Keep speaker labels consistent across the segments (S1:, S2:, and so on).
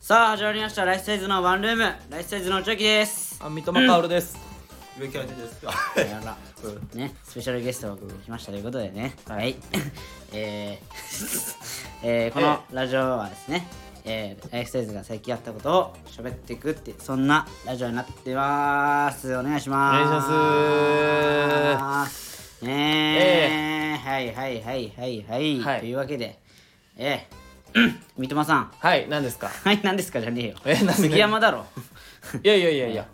S1: さあ始まりましたライフサイズのワンルームライフサイズのチョキです
S2: あ、三笘薫です。
S3: 植木味です。
S1: やらねスペシャルゲストが来ましたということでねはい、 えー えーこのラジオはですね、えーライフサイズが最近やったことを喋っていくっていうそんなラジオになってますお願いします
S2: お願いし
S1: ますねえはいはいはいはいはい、
S2: はい
S1: というわけでえ ー、三笘さん
S2: はい、何ですか。
S1: はい何ですかじゃねえよ
S2: え何
S1: 杉山だろ
S2: いやいやいやいや。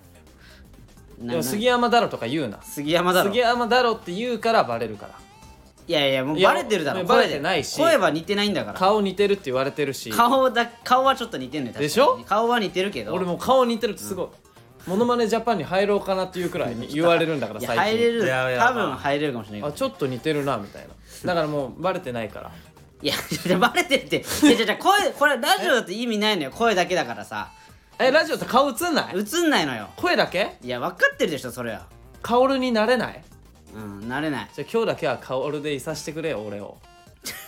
S1: な
S2: でも
S1: な
S2: 杉山だろとか言うな。
S1: 杉山だろ
S2: 杉山だろって言うからバレるから。
S1: いやいやもう
S2: いや
S1: バレてるだろ
S2: ねバレてないし
S1: 声で声は似てないんだから
S2: 顔似てるって言われてるし。
S1: 顔だ顔はちょっと似てんね
S2: でしょ
S1: 顔は似てるけど
S2: 俺もう顔似てるってすごい。モノマネジャパンに入ろうかなっていうくらいに言われるんだから
S1: いや入
S2: 最
S1: れ
S2: 近。
S1: る
S3: いやいや
S1: 多
S3: ま
S1: 分
S3: あ
S1: 入れるかもしれないけ
S2: あ、
S1: ど
S2: ちょっと似てるなみたいな。だからもうバレてないから。
S1: いやいやバレてるっていやじゃじゃ声これラジオだって意味ないのよ声だけだからさ
S2: え、ラジオって顔映んない
S1: 映んないのよ
S2: 声だけ
S1: いや分かってるでしょそれは
S2: 薫になれない
S1: うん慣れない
S2: じゃあ今日だけは薫でいさしてくれよ、俺を。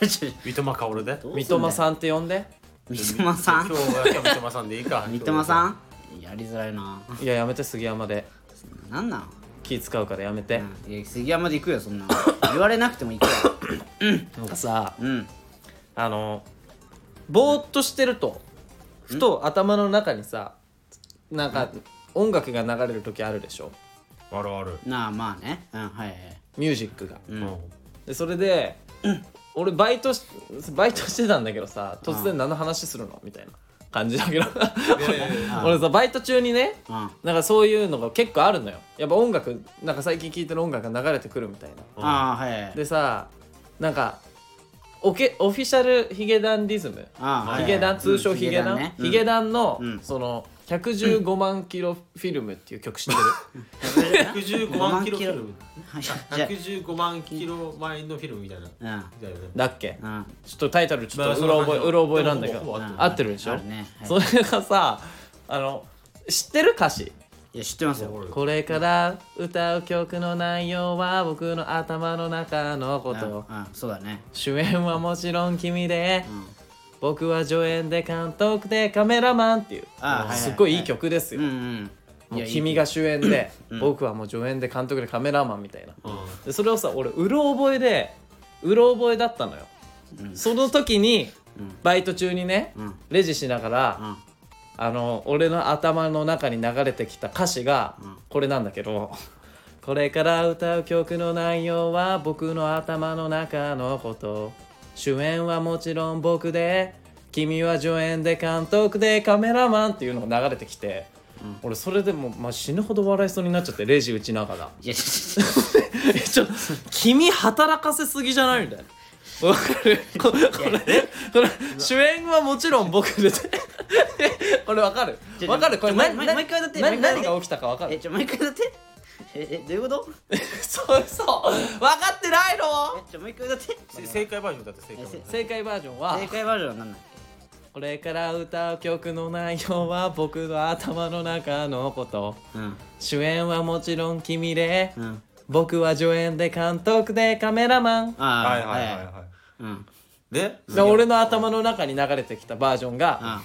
S1: ちょちょ
S3: 三笘薫で。
S1: どう
S2: 三
S1: すんだよ
S2: 笘さんって呼んで。
S1: 三笘さん
S3: 今日は三笘さんでいいか。
S1: 三笘さんやりづらいない
S2: や、やめて杉山で。
S1: なんなん
S2: 気使うからやめて。
S1: うんいや杉山で行くよそんな言われなくても行くよ
S2: なんかさ、
S1: うん
S2: あのぼーっとしてるとふと頭の中にさなんか音楽が流れる時あるでしょ
S3: あるある。
S1: なあまあねうんはいはい
S2: ミュージックが。
S3: うん。
S2: でそれで、俺バイトしバイトしてたんだけどさ突然何の話するのみたいな感じだけど 俺さバイト中にね
S1: うん
S2: なんかそういうのが結構あるのよやっぱ音楽なんか最近聴いてる音楽が流れてくるみたいな
S1: ああはいはい
S2: でさなんかオケオフィシャルヒゲダンディズム
S1: ああはいはい
S2: ヒゲダン通称ヒゲダ
S1: うんヒゲダンね
S2: ン
S1: うん
S2: ヒゲダンの
S1: うん
S2: その115万キロフィルムっていう曲知って る
S3: 百十五万キロフィルム。
S1: はいじゃ
S3: 百十五万キロ前のフィルムみたいな。
S1: あ
S3: だよね。
S2: だっけ
S1: うんうん
S2: ちょっとタイトルちょっとうろ覚え
S3: まあ
S2: うろ覚えなんだけ
S3: でもほぼ
S2: ど
S3: ほぼ
S2: 合ってるでし
S1: あ
S2: ょ
S1: るねはい
S2: それがさあの知ってる歌詞
S1: いや知ってますよ
S2: これから歌う曲の内容は僕の頭の中のこ
S1: うんう
S2: と
S1: んそうだね
S2: 主演はもちろん君で
S1: うん
S2: 僕は助演で監督でカメラマンっていう
S1: ああ
S2: すっごいい
S1: はい
S2: 曲ですよ、
S1: うんうんい
S2: もう
S1: や
S2: 君が主演で、僕はもう助演で監督でカメラマンみたいな、
S3: うん。
S2: でそれをさ俺うろ覚えでうろ覚えだったのよ、その時に、バイト中にね、
S1: ん
S2: レジしながら、
S1: うん
S2: あの俺の頭の中に流れてきた歌詞が、これなんだけど これから歌う曲の内容は僕の頭の中のこと主演はもちろん僕で君は助演で監督でカメラマンっていうのが流れてきて、俺それでもう、まあ、死ぬほど笑いそうになっちゃってレジ打ちながら
S1: いや
S2: え ちょ君働かせすぎじゃないみたいな。わかるここれこれ主演はもちろん僕で これわかる
S1: ちょ
S2: わかるこれ
S1: ちょ
S2: な
S1: もう
S2: な
S1: もう一回だって
S2: な
S1: もう一回だって
S2: 何が起きたかわか
S1: え
S2: る
S1: ちょもう一回だってええどういうこと
S2: そうそう分かってないの
S1: えちょもう一回だって
S3: せ正解バージョンだって正解バージョン。
S2: 正解バージョンは
S1: 正解バージョンは何だっ
S2: これから歌う曲の内容は僕の頭の中のこと
S1: けうん
S2: 主演はもちろん君で
S1: うん
S2: 僕は助演で監督でカメラマン
S1: ああ
S3: はいはいはいは
S1: うん
S3: い。で。
S2: で俺の頭の中に流れてきたバージョンが、
S1: あ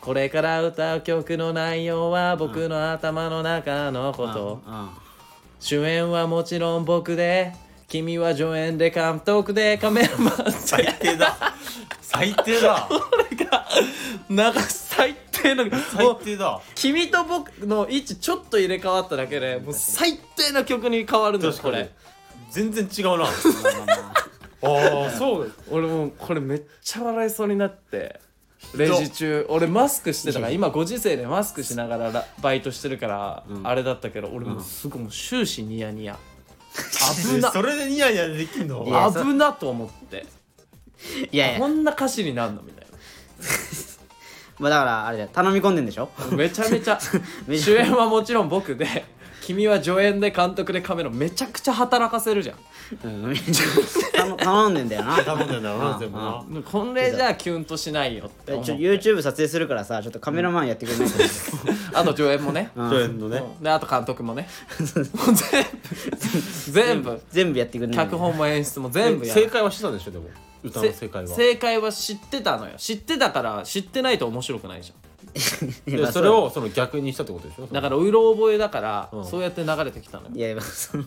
S2: これから歌う曲の内容は僕の頭の中のこと、
S1: あ
S2: 主演はもちろん僕で君は助演で監督でカメラマン
S3: 最低だ。最低だ。
S2: なんか最低のも
S3: 最
S2: う
S3: 低だ。
S2: 君と僕の位置ちょっと入れ替わっただけでもう最低な曲に変わるんだよこれ
S3: 全然違うな。
S1: まあまあまあ
S3: ああ、そう。
S2: 俺もうこれめっちゃ笑いそうになってレジ中俺マスクしてたから今ご時世でマスクしながらラバイトしてるからあれだったけど俺もうすぐもう終始ニヤニヤ危な
S3: それでニヤニヤできんの
S1: い。やそ
S2: 危なと思って
S1: いやい
S2: こ
S1: や
S2: んな歌詞になるのみたい
S1: まあだからあれだよ頼み込んでんでしょ
S2: なめちゃめちゃ
S1: めちゃ
S2: 主演はもちろん僕で君は助演で監督でカメラめちゃくちゃ働かせるじゃん
S1: うん、頼頼んでんだよな
S3: 頼んでんだよな全部な
S2: これじゃあキュンとしないよって
S1: えち
S2: 思
S1: ょ
S2: う
S1: YouTube 撮影するからさちょっとカメラマンやってくれないか な
S2: あと助演もね、
S3: 助演のね
S2: であと監督も ねもう全部全部
S1: 全部やってくれない
S2: 脚本も演出も全部や
S3: 正解はしてたんでしょでも歌の正解は
S2: 正解は知ってたのよ知ってたから知ってないと面白くないじゃん
S1: い
S3: で
S1: や
S3: それをその逆にしたってことでしょ
S2: だからうろ覚えだから、
S3: ん
S2: そうやって流れてきたの よ
S1: いやでもその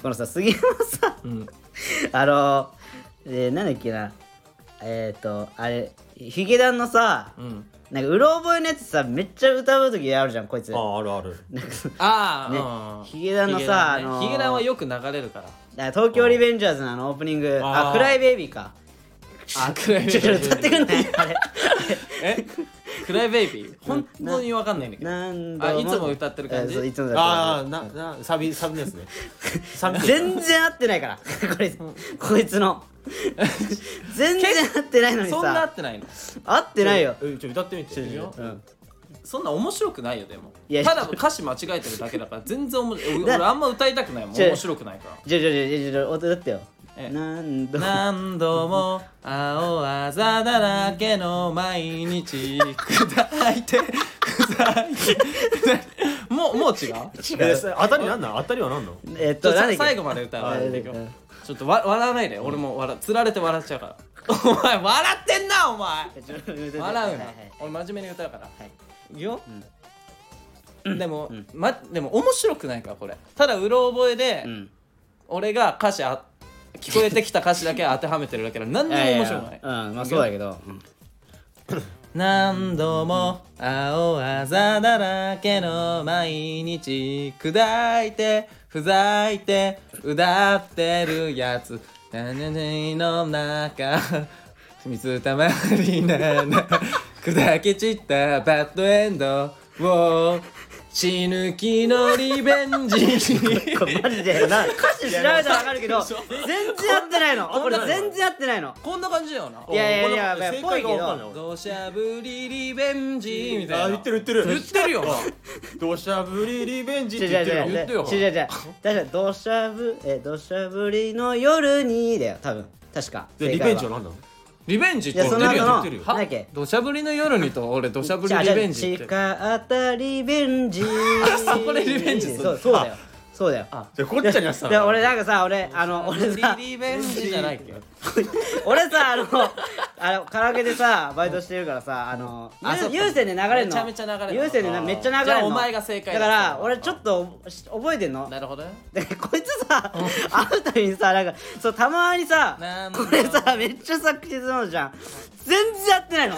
S1: このさ杉山さ、あの、えー、なんだっけなえっ、ー、とあれヒゲダンのさ、
S2: ん
S1: なんかうろ覚えのやつさめっちゃ歌う時あるじゃんこいつ
S3: あああるある
S2: あ
S1: ね
S2: あ、うん
S1: ヒゲダンのさ
S2: ヒゲダンね
S1: あのー
S2: ヒゲダンはよく流れるから
S1: だから東京リベンジャーズのあのオープニングあ
S3: あー
S1: クライベイビーか
S2: あ クライベ
S1: ち
S2: イ
S1: ょちょ
S2: ビ
S1: 歌
S2: ー
S1: ってくん ないあれ
S2: えクライベイビー本当に分かんないんだけど
S1: 何
S2: あいつも歌ってる感じ
S1: そういつも歌って
S3: ああななサビサビのやつねサビ
S1: る全然合ってないから これこいつ の全然合ってないのに
S2: そんな合
S1: さ
S2: ってないの
S1: 合ってないよ
S3: えちょ歌ってみて
S2: よ
S1: うん
S2: そんな面白くないよでも
S1: いや
S2: ただ歌詞間違えてるだけだから全然面白い俺
S1: だ
S2: あんま歌いたくないもん
S1: ちょ
S2: 面白くないから
S1: じゃじゃじゃじゃじゃ音だってよ
S2: ええ
S1: 何度も
S2: 何度も青あざだらけの毎日砕いて砕いて砕いてもうもう違う
S3: えそれ当たりなんなん当たりはなんなの
S1: えっ
S2: ち
S1: と
S2: ょっと
S1: 何だっけ
S2: 最後まで歌わ
S1: あ
S2: ない
S1: え
S2: で
S1: っ
S2: い
S1: と
S2: こうちょっとわ笑わないで俺も笑つられて笑っちゃうからお前笑ってんなお前笑う
S1: は
S2: ない
S1: はい
S2: 俺真面目に歌うから
S1: はい
S2: いくよ、でも、ま、でも面白くないからこれただうろ覚えで、
S1: うん
S2: 俺が歌詞あ聞こえてきた歌詞だけ当てはめてるだけだから何にも面白くない
S1: ややうんまあそうだけどうん
S2: 何度も青あざだらけの毎日砕いてふざいて歌ってるやつ何の中水たまりなな砕け散ったバッドエンドを死ぬ気のリベンジに
S1: これマジでな歌詞調べたら分かるけど全然合ってないのこれ全然合ってないの
S2: こんな感じだよない
S1: やいやいや
S3: 正
S1: っぽいけ
S3: 解が
S1: ど
S3: 分かんない俺
S2: 土砂降りリベンジみたいな
S3: あ言ってる言ってる
S2: 言ってるよな
S3: 土砂降りリベンジっ
S1: 違う
S3: て
S1: 違う
S3: 言ってるよ
S2: 言ってよ
S1: 違う違う違う違う確かに土砂ぶえ土砂降りの夜にだよ多分確か
S3: でリ
S1: 正解
S3: ベンジは何なの
S2: リベンジっ
S1: い
S2: て
S1: や
S2: 言
S1: そ
S2: っ
S1: の
S2: て
S1: 後
S2: るよ
S1: の
S3: 言ってるよ
S1: なんだっけ
S2: 土砂降りの夜にと俺土砂降り
S1: じゃあ
S2: リベンジって
S1: 近ったリベンジ
S2: そこでリベンジする
S1: そうそうだよそうだよ
S2: あ
S3: じゃあこっちゃにやってた
S1: で
S3: の
S1: 俺なんかさ俺あの俺さ
S2: リベンジじゃないっけ
S1: 俺さあのあのカラオケでさバイトしてるからさあの
S2: あそっか
S1: ゆ有線で流れるの
S2: めちゃめちゃ流れる
S1: 有線でな
S2: あー
S1: めっちゃ流れるの
S2: じゃあお前が正解だ
S1: だから俺ちょっとし覚えてんの
S2: なるほどね
S1: でこいつさ会うたびにさなんかそうたまにさ
S2: なんだ
S1: これさめっちゃさ口ずさむじゃん全然合って ないの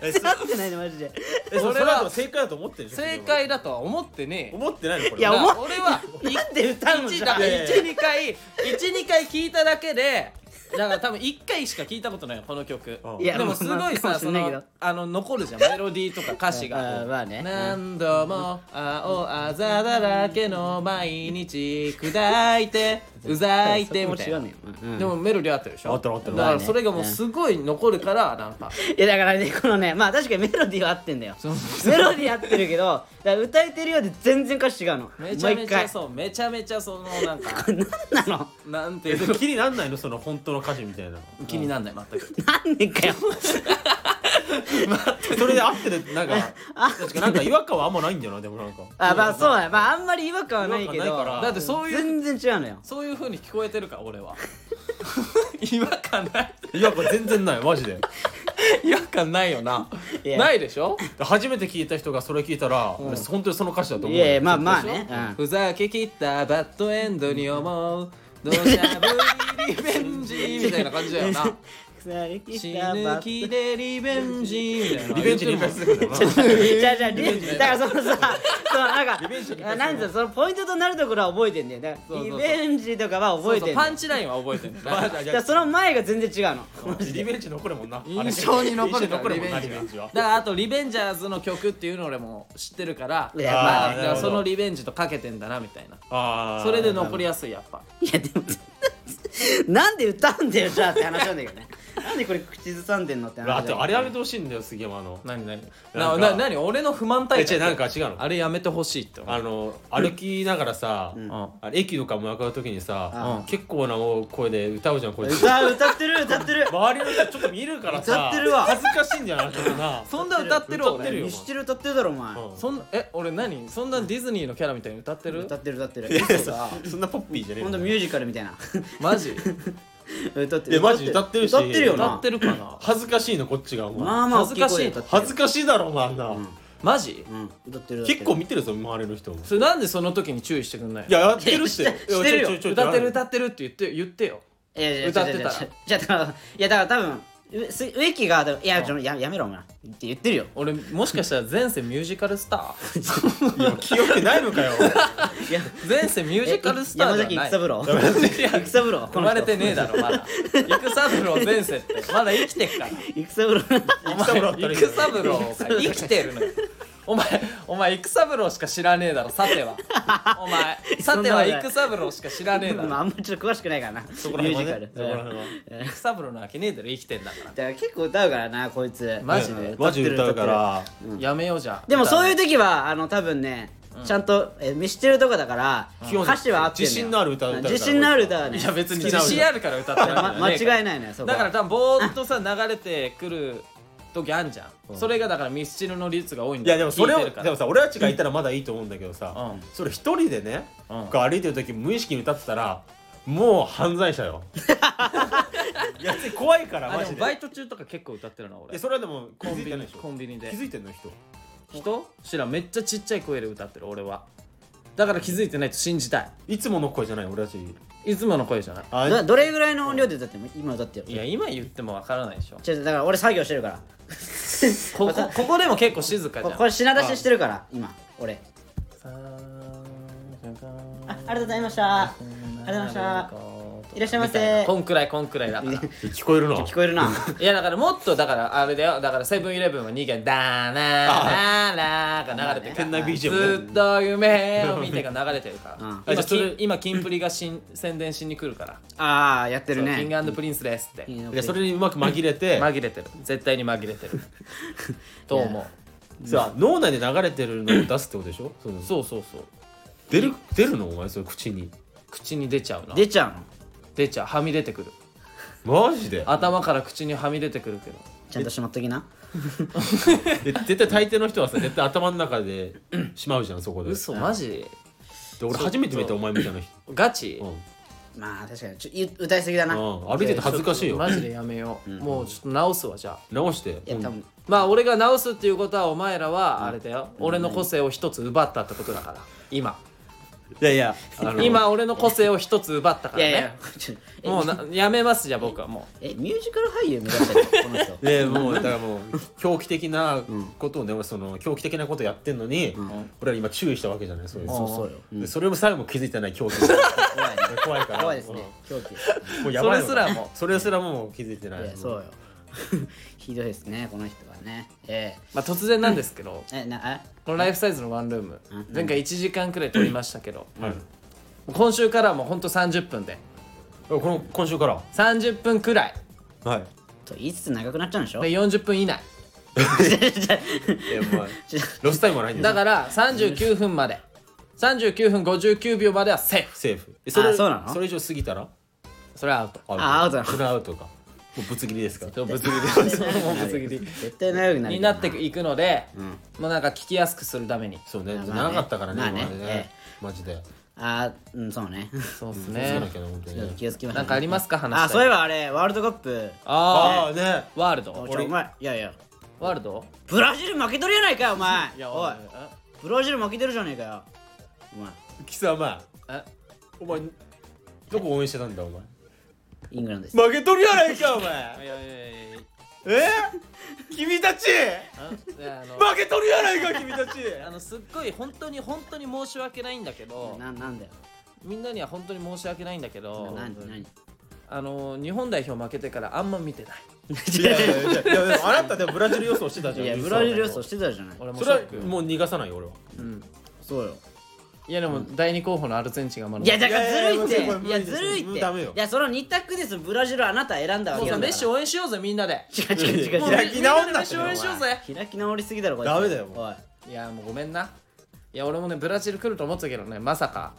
S1: 全然合ってないのマジで
S3: えそれは正解だと思ってるでしょ
S2: 正解だとは思ってねえ
S3: 思ってないのこれ
S1: いや
S2: だ
S1: 思
S2: か
S1: っ
S2: ら俺は
S1: なんで歌うの
S2: 1
S1: じ
S2: だ
S1: ゃ
S2: か
S1: ん
S2: ら
S3: いやいや
S2: 12回12回聞いただけでだから多分1回しか聞いたことないよこの曲
S3: うん
S1: いや
S2: でもすごい
S1: まあま
S2: さ
S1: あかもし
S2: そ
S1: れないけ
S2: の
S1: ど
S2: あの残るじゃんメロディーとか歌詞
S1: あ
S2: が
S1: ーまあね
S2: 何度も青あざだらけの毎日砕いてうざいてみたいな
S1: そこも違うのようんうん
S2: でもメロディー合ってるでしょ
S3: 合ってる合ってる
S2: だからそれがもうすごい残るからなんか
S1: いやだからねこのねまあ確かにメロディーは合ってんだよメロディー合ってるけどだから歌えてるようで全然歌詞違うの
S2: めちゃめちゃ
S1: う
S2: そうめちゃめちゃそのなん か
S1: 何なの
S2: なんてい
S3: え
S2: う
S3: で
S2: の
S3: 気になんないのその本当の歌詞みた いなの
S2: 気になんない全く
S1: 何年かよ
S3: それで合ってるなんか確かなんか違和感はあんまないんだよなでもなんか
S1: あまあそうだねまああんまり違和感はないけ
S3: 違
S1: ど
S3: 和感ないから
S2: だってそういう
S1: 全然違うのよ
S2: そういう風に聞こえてるから 俺は違和感ない
S3: 違和感全然ないマジで
S2: 違和感ないよない
S1: や
S2: ないでしょ
S3: で初めて聞いた人がそれ聞いたら、本当にその歌詞だと思う
S1: い
S3: よ
S1: やいやまあまあ
S2: でしょ
S1: ねうん
S2: ふざけ切ったバッドエンドに思うどしゃぶりリベンジみたいな感じだよ な
S1: 腐りき
S2: 死
S1: ったバ
S2: ぬ
S1: ット
S2: 気でリベンジみたいな
S3: リベンジに返すんだ よな
S1: じゃあじゃあリだからそのさそのなんかあなんていうのそのポイントとなるところは覚えてんだよだから
S2: そう
S1: リ
S2: そうそう
S1: ベンジとかは覚
S2: そう
S1: え
S2: そ
S1: て
S2: うん
S1: だ
S2: パ
S1: よ
S2: ンチラインは覚えてるんだ
S3: まあ
S2: よ
S3: じゃあ
S1: だ
S3: じゃ
S1: か
S3: あ
S1: らその前が全然違うの
S3: リベンジ残るもんな
S2: 印象に残る
S3: 印象に残るもんな
S2: リ
S3: リ
S2: ベ
S3: ベ
S2: ン
S3: ン
S2: ジ
S3: ジ
S2: は
S3: は
S2: だからあとリベンジャーズの曲っていうの俺も知ってるから
S1: いや
S2: まあ
S3: あ
S2: だか
S3: ーな
S2: ら
S3: るほど
S2: そのリベンジとかけてんだなみたいな
S3: あー
S2: それで残りやすいやっぱ
S1: いやでもなんで歌うんだよじゃあって話なんだけどねなんでこれ口ずさんでんのって
S3: あ
S1: じゃん
S3: とあれやめてほしいんだよ杉山の
S2: 何何な
S3: な
S2: ん
S3: か
S2: な何俺の不満体
S3: え違
S2: 験
S3: うなんか違うの
S2: あれやめてほしいって思う
S3: あの歩きながらさ、
S1: うん
S2: うん
S3: あれ駅とかも向かう時にさ、
S2: うん
S3: 結構な声で歌うじゃんこいつ
S1: 歌歌ってる歌ってる
S3: 周りの人ちょっと見るからさ
S1: 歌ってるわ
S3: 恥ずかしいんじゃないかな
S2: そんな歌ってる
S3: 歌ってるよ
S1: ミスチル歌ってるだろお前
S3: うん
S2: そんえ俺何そんなディズニーのキャラみたいに歌ってる
S1: 歌ってる歌ってる
S3: いや
S1: 嘘だ
S3: そんなポッピーじゃねえ
S1: ほんと
S3: の
S1: ミュージカルみたいな
S2: マジ
S1: 歌って
S3: い
S1: る
S3: やマジ歌ってるし
S1: 歌ってるよ
S2: 歌
S1: な
S2: ってるかな
S3: 恥ずかしいのこっちがお前、
S1: まあまあ
S2: 恥ずかし
S1: 大
S2: い
S1: き声で歌ってる
S3: 恥ずかしいだろお前あんな、
S2: マジ
S1: うん歌ってる
S3: 結構
S1: 見
S3: 見てるぞ周りの人も
S2: それなんでその時に注意してくんないの
S3: いややってるって
S1: いやしてしてるよ
S3: いやちょいちょいちょい
S2: 歌ってる歌ってるって言って言ってよ
S1: いやいや
S2: 歌ってた
S1: いやいやいやいやいやだからいやだから多分うす植木が多分いやちょややめろお前って言ってるよ
S2: 俺もしかしたら前世ミュージカルスター
S3: いや記憶ないのかよ
S1: いや
S2: 前世ミュージカルスター
S1: 山
S2: じゃない
S1: 崎育三郎
S2: いや
S1: 育三郎
S2: 生まれてねえだろまだ育三郎前世ってまだ生きてっから
S1: 育三郎
S3: 育三郎だったらい
S2: 育
S3: いよね
S2: 三郎が生きてるのよお前お前育三郎しか知らねえだろさてはお前さては育三郎しか知らねえだ
S1: ま
S2: ろ
S1: ああんまちょっと詳しくないからなミ
S3: そこら
S1: ュージ
S3: 辺
S1: カ
S3: は
S1: ル
S3: ねそこら辺は
S2: 育三郎なわけねえだろ生きてんだか
S1: だ
S2: ら
S1: から結構歌うからなこいつ
S2: マジで
S1: うん
S3: マジで歌うから
S2: やめようじゃ
S1: でもそういう
S2: う
S1: 時はあの多分ね、ちゃんとえミスチルとかだから、
S3: うん
S1: 歌詞は合ってんよ
S3: 自信のある歌を歌うから
S1: 自信のある歌はね
S2: いや別に
S3: 好きな
S2: 自信あるから歌ってるわけじゃ
S1: ま
S2: ねえから
S1: 間違いないのよそこ
S2: だ
S1: は
S2: から多分ぼーっとさ流れてくる時あんじゃん、それがだからミスチルの率が多いん
S3: い
S2: だ
S3: や
S2: よ
S3: でもそれ
S2: 聞い
S3: を
S2: てるから
S3: でもさ俺たちがいたらまだいいと思うんだけどさ、
S2: うん
S3: それ一人でね、
S2: うん
S3: こう歩いてる時無意識に歌ってたらもう犯罪者よ いや怖いから
S2: あ
S3: マ
S2: で
S3: ジ
S2: も
S3: で
S2: バイト中とか結構歌ってるな
S3: え
S2: 俺
S3: それはでも気
S2: コン
S3: づい
S2: ビ
S3: てない
S2: ニ
S3: でし
S2: コ
S3: ょ
S2: ンビニで
S3: 気づいてんの人
S2: 人知らんめっちゃちっちゃい声で歌ってる俺はだから気づいてないと信じた
S3: いつもの声じゃない俺たち
S2: いいつもの声じゃない
S3: あ
S1: どどれぐらいの音量で歌っても今歌ってよ
S2: いや今言ってもわからないでしょ
S1: ちょっとだから俺作業してるから
S2: ここここでも結構静かじ
S1: こ
S2: ゃん
S1: これ品出ししてるから今俺
S2: さ
S1: あありがとうございましたありがとうございましたいらっしゃいませ
S2: みたなこんくらいこんくらいだ から
S3: 聞こえるな
S1: 聞こえるな
S2: いやだからもっとだからあれだよだからセブンイレブンは2軒ダーナーラーが流れてる
S3: 店内
S2: ず
S3: BGM ね
S2: っと夢を見てが流れてるか
S1: うん
S2: ら
S3: あじゃ
S2: 今
S3: あそれ
S2: キン今キンプリがしん宣伝しに来るから
S1: ああやってる
S2: キン
S1: ね
S2: グプリンスですって
S1: いいね
S3: いやそれにうまく紛れて
S2: 紛れてる絶対に紛れてると思
S3: さ脳内で流れてるのを出すってことでしょそう
S2: うそうそうそう
S3: 出る出るのお前それ口に
S2: 口に出ちゃうな
S1: 出ちゃうの
S2: 出ちゃうはみ出てくる
S3: マジで
S2: 頭から口にはみ出てくるけど
S1: ちゃんとしまっときな
S3: で絶対大抵の人はさ絶対頭の中でしまうじゃんそこで
S2: 嘘マジ
S3: で俺初めて見たお前みたいな人
S2: ガチ
S3: うん
S1: まあ確かにちょい歌いすぎだな
S3: うん歩いてて恥ずかしい
S2: や
S3: よ
S2: ちょっとマジでやめようもうちょっと直すわじゃあ
S3: 直して
S1: いや多分
S2: まあ俺が直すっていうことはお前らはあれだよ、俺の個性を一つ奪ったってことだから今
S3: いやいやあの
S2: 今俺の個性を一つ奪ったか
S1: い
S2: ら
S1: や
S2: ね
S1: いや ちょえ
S2: もうなやめますじゃあ僕はも
S1: えミュージカル俳優目指してるのこ の人
S3: でもうだからもう狂気的なことをね俺その狂気的なことやってんのに俺ら今注意したわけじゃないそういう
S1: そうそうよ
S3: でそれも最後も気づいてない狂気
S1: 怖いね
S3: 怖いから
S1: 怖いですね狂気
S3: うんもうやばいよ
S2: それすらも
S3: それすらもう気づいてな
S1: い
S3: い
S1: やそうよ ひどいですねこの人はねえ
S2: う、まあ、突然なんですけど、
S1: ー、えな
S2: このライフサイズのワンルーム、
S1: うん
S2: 前回1時間くらい撮りましたけど、
S3: はい
S2: 今週からはもうほんと30分で
S3: この今週から
S2: 30分くらい
S3: はい
S1: えと言いつつ長くなっちゃうんでしょ
S2: で40分以内
S3: えお前ロスタイムはないんだよ
S2: だから39分まで39分59秒まではセーフ
S3: セーフえそれ
S1: あそうなの
S3: それ以上過ぎたら
S2: それはア ウト
S1: あアウトなの
S3: それアウトかもうぶつ切りですか
S2: そうぶつ切りですもうぶつ切り
S1: 絶対長くなる
S2: になっていくので、もうなんか聞きやすくするために
S3: そうね
S1: まあね
S3: 長かったからね
S1: まあ
S3: 今
S1: ね
S3: まで
S1: え
S3: ねマジで
S1: あーうんそうね
S2: そうです
S3: 気をつけ
S2: ね
S3: なきゃな本当にね
S1: 気をつけましょうね
S2: なんかありますか話したい
S1: あそういえばあれワールドカップ
S2: あ
S3: ああね
S2: あワールド
S1: おちょお前いやいや
S2: ワールド
S1: ブラジル負けとるやないかよお 前おい
S2: え
S1: ブラジル負けてるじゃねえかよお前
S3: 貴様
S2: え
S3: お前どこ応援してたんだお前
S1: イングランドです
S3: 負けとるやないかお前
S2: いやいやいやいや
S3: え君たち
S2: あいやあの
S3: 負けとるやないか君たち
S2: あのすっごい本当に本当に申し訳ないんだけど
S1: ななんだよ
S2: みんなには本当に申し訳ないんだけど
S1: 何何
S2: あの日本代表負けてからあんま見てない
S3: いやいやいやいやでもあなたでもブラジル予想してたじゃん
S1: いやブラジル予想してたじゃない
S2: 俺も
S3: そ
S2: シ
S3: れ
S2: ョッ
S3: は
S2: ク
S3: もう逃がさないよ俺は
S2: うん
S1: そうよ
S2: いやでも第二候補のアルゼンチンがまだ
S1: いやだからずるいっ
S3: いやいやいや
S1: て
S3: これ
S1: いやずるいって
S3: 無理ですよダメよ
S1: いやその二択ですブラジルあなた選んだわ
S2: も
S1: け
S2: う
S1: な
S2: さ
S1: んだ
S2: メッ
S1: か
S2: シ応援しようぜみんなで
S1: ら違う違う違う違う
S2: もう
S3: 開き直んなって
S2: みなでメッシ応援しようぜ
S1: 開き直りすぎだろこいつ
S3: ダメだよもう
S1: おい
S2: いやもうごめんないや俺もねブラジル来ると思ってたけどねまさか、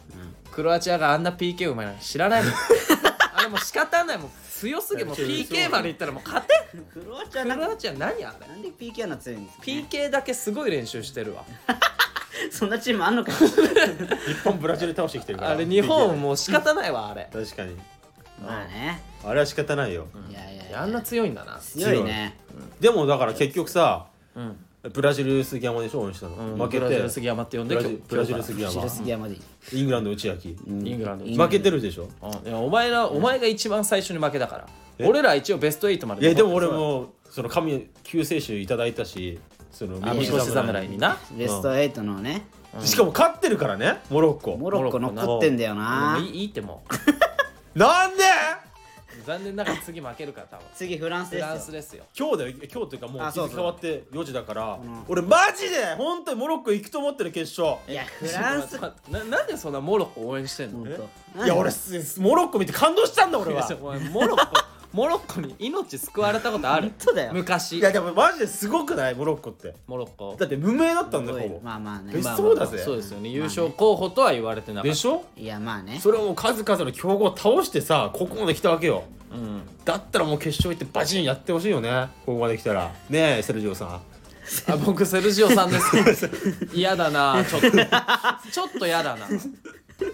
S2: クロアチアがあんな PK うまいの知らないもんあれもう仕方ないもう強すぎもう PK までいったらもう勝てん
S1: クロアチア
S2: ク
S1: なん
S2: ロ
S1: か
S2: アチア何あれ
S1: なんで PK あんな強いんですか
S2: PK だけすごい練習してるわ
S1: そんなチームあんのか
S3: 日本ブラジル倒してきてるから
S2: あれ日本もう仕方ないわあれ
S3: 確かに
S1: まあね
S3: あれは仕方ないよ、
S1: いやいやい
S2: いや
S1: や
S2: あんな強いんだな
S1: 強いね
S3: でもだから結局さ
S2: うん、
S3: ブラジル杉山でしょ応援したの、負けて
S2: ブラジル杉山って呼んで
S3: ブラジルブラジル杉
S1: 白
S3: 山
S1: すぎ山でいい
S3: イングランド内垣、
S2: イングランド
S1: イン
S3: 負けてるでしょ
S2: うんいやお前ら、お前が一番最初に負けたから
S3: え
S2: 俺ら一応ベスト8まで
S3: いやでも俺もその神救世主いただいたしその
S2: あみこし侍にな
S1: ベスト8のね
S3: しかも勝ってるからねモロッコ
S1: モロッコ残ってんだよな
S2: もういいいいっても
S3: なんで
S2: う残念ながら次負けるから多分
S1: 次フランス
S2: フ
S1: ですよ
S2: ランスですよ
S3: 今日だよ今日というかもう
S1: あ
S3: 日
S1: そうそう
S3: 付変わって4時だから
S1: ん
S3: 俺マジで本当にモロッコ行くと思ってる決勝
S1: いやフランス
S2: ちょっと待ってななんでそんなモロッコ応援してんの
S1: 本当
S3: いや俺すモロッコ見て感動したんだ俺
S2: い
S3: は
S2: やお前モロッコ モロッコに命救われたことある
S1: 本当だよ
S2: 昔
S3: いやでもマジですごくないモロッコって
S2: モロッコ
S3: だって無名だったんだ
S1: すご
S3: よほ
S1: い
S3: ぼ、
S1: まあまあね
S3: ベ
S1: ま
S3: ス
S1: あ
S3: ト
S1: ま
S3: 4
S1: あ
S3: だぜ
S2: そうですよね優勝候補とは言われてなかっ
S3: で
S2: た
S3: しょ
S1: いやまあね
S3: それはもう数々の強豪を倒してさここまで来たわけよ
S2: うん
S3: だったらもう決勝行ってバチンやってほしいよねここまで来たらねえセルジオさん
S2: あ僕セルジオさんです嫌だなちょっとちょっと嫌だな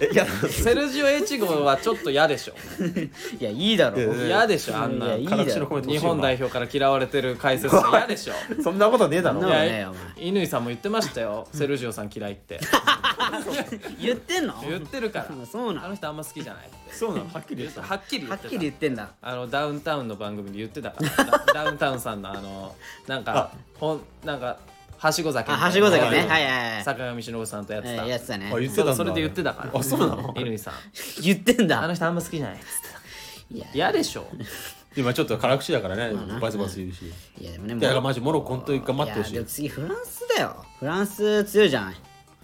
S3: えいや
S2: セルジオ越後はちょっと嫌でしょ
S1: いやいいだろ
S3: いやいや
S2: 嫌でしょあん
S1: いや
S2: ない
S1: い
S3: 辛口のコメント
S2: 日本代
S3: 表
S2: 表から嫌われてる解説者嫌でしょ
S3: そんなことねえだろ
S1: そんなことねえよ
S2: い乾さんも言ってましたよセルジオさん嫌いって
S1: 言ってんの
S2: 言ってるから
S1: あ そうなの
S2: あの人あんま好きじゃないって
S3: そうなのはっきり言った
S2: はっきり言
S1: は
S2: っ
S1: ってき
S2: た
S1: り言ってんだ
S2: あのダウンタウンの番組で言ってたからダダウンタウンさんのあのなんかほんなんかはしご酒み
S1: あ
S2: たいな
S1: はしご酒ね
S2: うん
S1: はいはいはい
S2: 坂上忍さんとやっ
S1: え
S2: てた、
S1: ーやつだね
S3: あ言ってたんだ
S2: それで言ってたから
S3: あそうなの
S2: 乾さん
S1: 言ってん
S2: あの
S1: だ
S2: 人あんま好きじゃないっつって
S1: いや
S2: 嫌でしょ
S3: 今ちょっと辛口だからねバツバツ言うしい
S1: いやでもね
S3: やだから
S1: もう
S3: マジモロッコ本当に頑張ってほし
S1: いやで
S3: い
S1: も次フランスだよフランス強いじゃない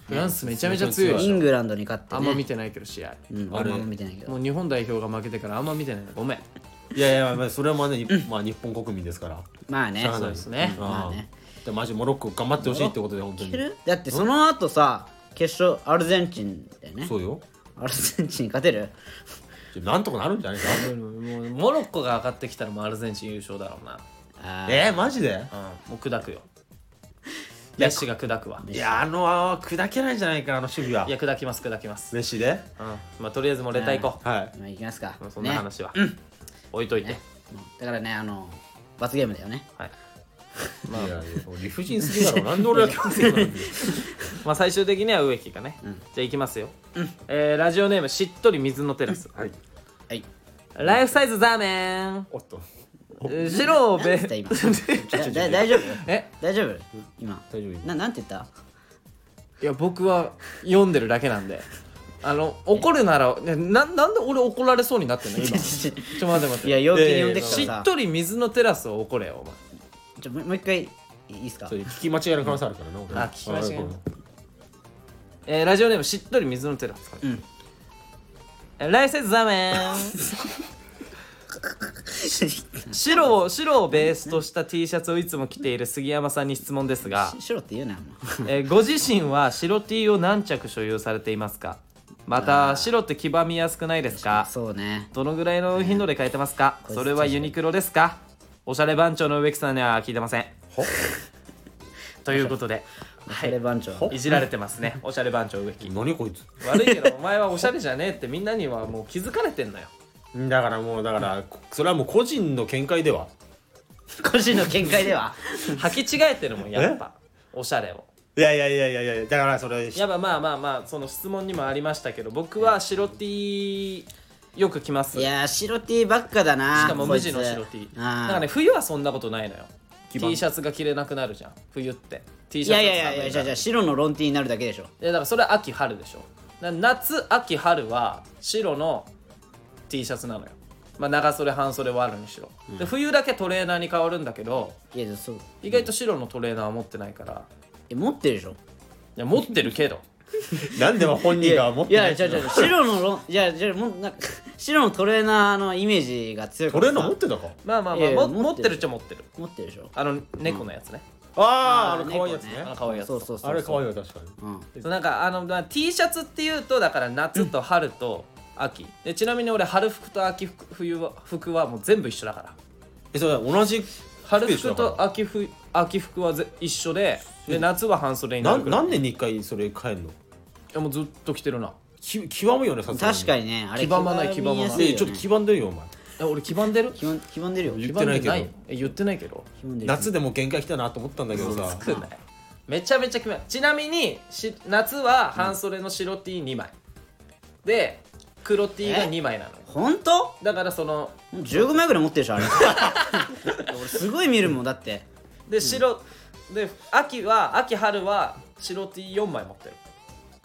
S2: フランスめちゃめちゃ強いで
S1: イ
S2: しょ
S1: ングランドに勝ってね
S2: あんま見てないけど試合、
S1: うん
S3: あ
S1: あん
S3: れ
S1: ま見てないけ
S2: も
S1: ど
S2: う日本代表が負けてからあんま見てないのごめん
S3: いやいやまあそれはまあねまあ日本国民ですから
S1: まあね
S3: そう
S2: ですね
S3: うん
S1: まあね
S3: でマジモロッコ頑張ってほしいってことで本当
S1: い
S3: に
S1: けるだってその後さ決勝アルゼンチンだよね
S3: そうよ
S1: アルゼンチン勝てる
S3: じゃあなんとかなるんじゃないか
S2: もうモロッコが上がってきたらもうアルゼンチン優勝だろうな
S1: あー
S3: えーマジで
S2: うんもう砕くよメッシが砕くわ
S3: いやあのあー砕けないんじゃないかなあの守備はい
S2: や砕きます砕きます、
S3: メッシで
S2: うん、まあとりあえずもうレター行こう
S3: はい
S1: まあいきますか
S2: まあそんな
S1: ね
S2: 話は、置いといて、
S1: うんだからねあの罰ゲームだよね
S2: はい
S3: まあ、いや理不尽すぎだろなんで俺は強制なんだよ
S2: まあ、最終的には植木がね、じゃあいきますよ、えーラジオネームしっとり水のテラス、
S3: はい
S1: はい
S2: ライフサイズザーメン
S3: おっと
S2: 白を
S1: なん
S2: べ
S1: つった今だだ大丈夫
S2: え
S1: 大丈夫今
S3: 大丈夫
S1: ななんて言った
S2: いや僕は読んでるだけなんであの怒るならねななんで俺怒られそうになってんの今ちょっと待って待って
S1: いや陽気に呼んできた
S2: し
S1: ら
S2: っ
S1: さ
S2: とり水のテラスを怒れよお前
S1: ちょもうもう一回いいっすか
S3: そういう聞き間違えの可能性あるからな、俺
S2: あ聞き間違えのえーラジオネームしっとり水のテラス、
S1: ん、
S2: えーライフサイズザーメ ン白を白をベースとした T シャツをいつも着ている杉山さんに質問ですが
S1: 白って言うなよもう
S2: えーご自身は白 T を何着所有されていますかまた白って黄ばみやすくないです か
S1: そうね
S2: どのぐらいの頻度で変えてますか
S1: ん
S2: それはユニクロですかおしゃれ番長の植木さんには聞いてませんということで、は
S1: これ
S2: い、
S1: 番長
S2: いじられてますねおしゃれ番長植木
S3: 何こいつ
S2: 悪いけどお前はおしゃれじゃねえってみんなにはもう気づかれてんのよ
S3: だからもうだからこそれはもう個人の見解では
S1: 個人の見解では
S2: 履き違えてるもんやっぱおしゃれを
S3: いやいやいやいやいやだからそれ
S2: やっぱまあまあまあその質問にもありましたけど僕は白 T よく着ます
S1: い
S2: し
S1: やー白 T ばっかだなし
S2: かも無地の白 T だ
S1: あ
S2: から
S1: ね
S2: ね冬はそんなことないのよ
S3: 基盤
S2: T シャツが着れなくなるじゃん冬って T
S1: い
S2: シャツ
S1: や
S2: が
S1: いやいやいやじゃあじゃあ白のロン T になるだけでしょ
S2: いやだからそれは秋春でしょな夏秋春は白の T シャツなのよまあ長袖半袖はあるにしろ、で冬だけトレーナーに変わるんだけど
S1: いやそう
S2: 意外と白のトレーナーは持ってないから
S1: え持ってるでしょ
S2: いや持ってるけど
S3: なんでも本人が持っ
S1: い
S3: てな
S1: や
S3: い
S1: じゃじゃ白のロンいやじゃもうなんか白のトレーナーのイメージが強いか
S3: ト
S1: ら
S3: レ
S1: さ
S3: ーナー持ってたか
S2: まあまあ
S1: い
S2: まあ
S1: やいや
S2: も
S1: 持
S2: 持
S1: っ
S2: ってて
S1: る
S2: るっちゃ持ってる
S1: 持ってるでしょ
S2: あの猫のやつね、
S3: あーあ
S1: あー
S3: の可愛いやつね
S1: 猫
S2: あの可愛いやつ
S1: そうそうそう
S3: あれ可愛いよ確かに
S1: うん
S2: そうなんかあの、まあ、T シャツっていうとだから夏と春と秋、でちなみに俺春服と秋服冬は服はもう全部一緒だから
S3: えそれ同じ
S2: 春
S3: スペー
S2: 服
S3: スだ
S2: と
S3: か
S2: 秋服秋服はぜ一緒でで夏は半袖に
S3: ら
S2: な
S3: な
S2: るから
S3: 何年に一回それ変えんの
S2: いやもうずっと着てるな
S3: き極むよねさすがに
S1: 確かにねあれ
S2: 黄ばまない
S1: みやす
S2: 黄ばまな
S1: よ
S3: で
S1: ね
S3: ちょっと黄ばんでるよお前
S2: え俺黄ばんでる
S1: 黄ばん黄ばんでるよ
S3: 言
S2: 黄
S3: っ
S2: ば
S3: て
S2: ん
S3: な
S2: で
S3: いけど
S2: ないよえ言ってないけど
S1: 黄ばんでる
S3: 夏でも限界来たなと思ったんだけどさ
S2: 少ないめちゃめちゃ決めちなみにし夏は半袖の白 T 2枚、で黒 T が2枚なの
S1: 本当
S2: だからその
S1: 15枚ぐらい持ってるでしょあれ 俺すごい見るもんだって
S2: で白、で秋は秋春は白 T4 枚持ってる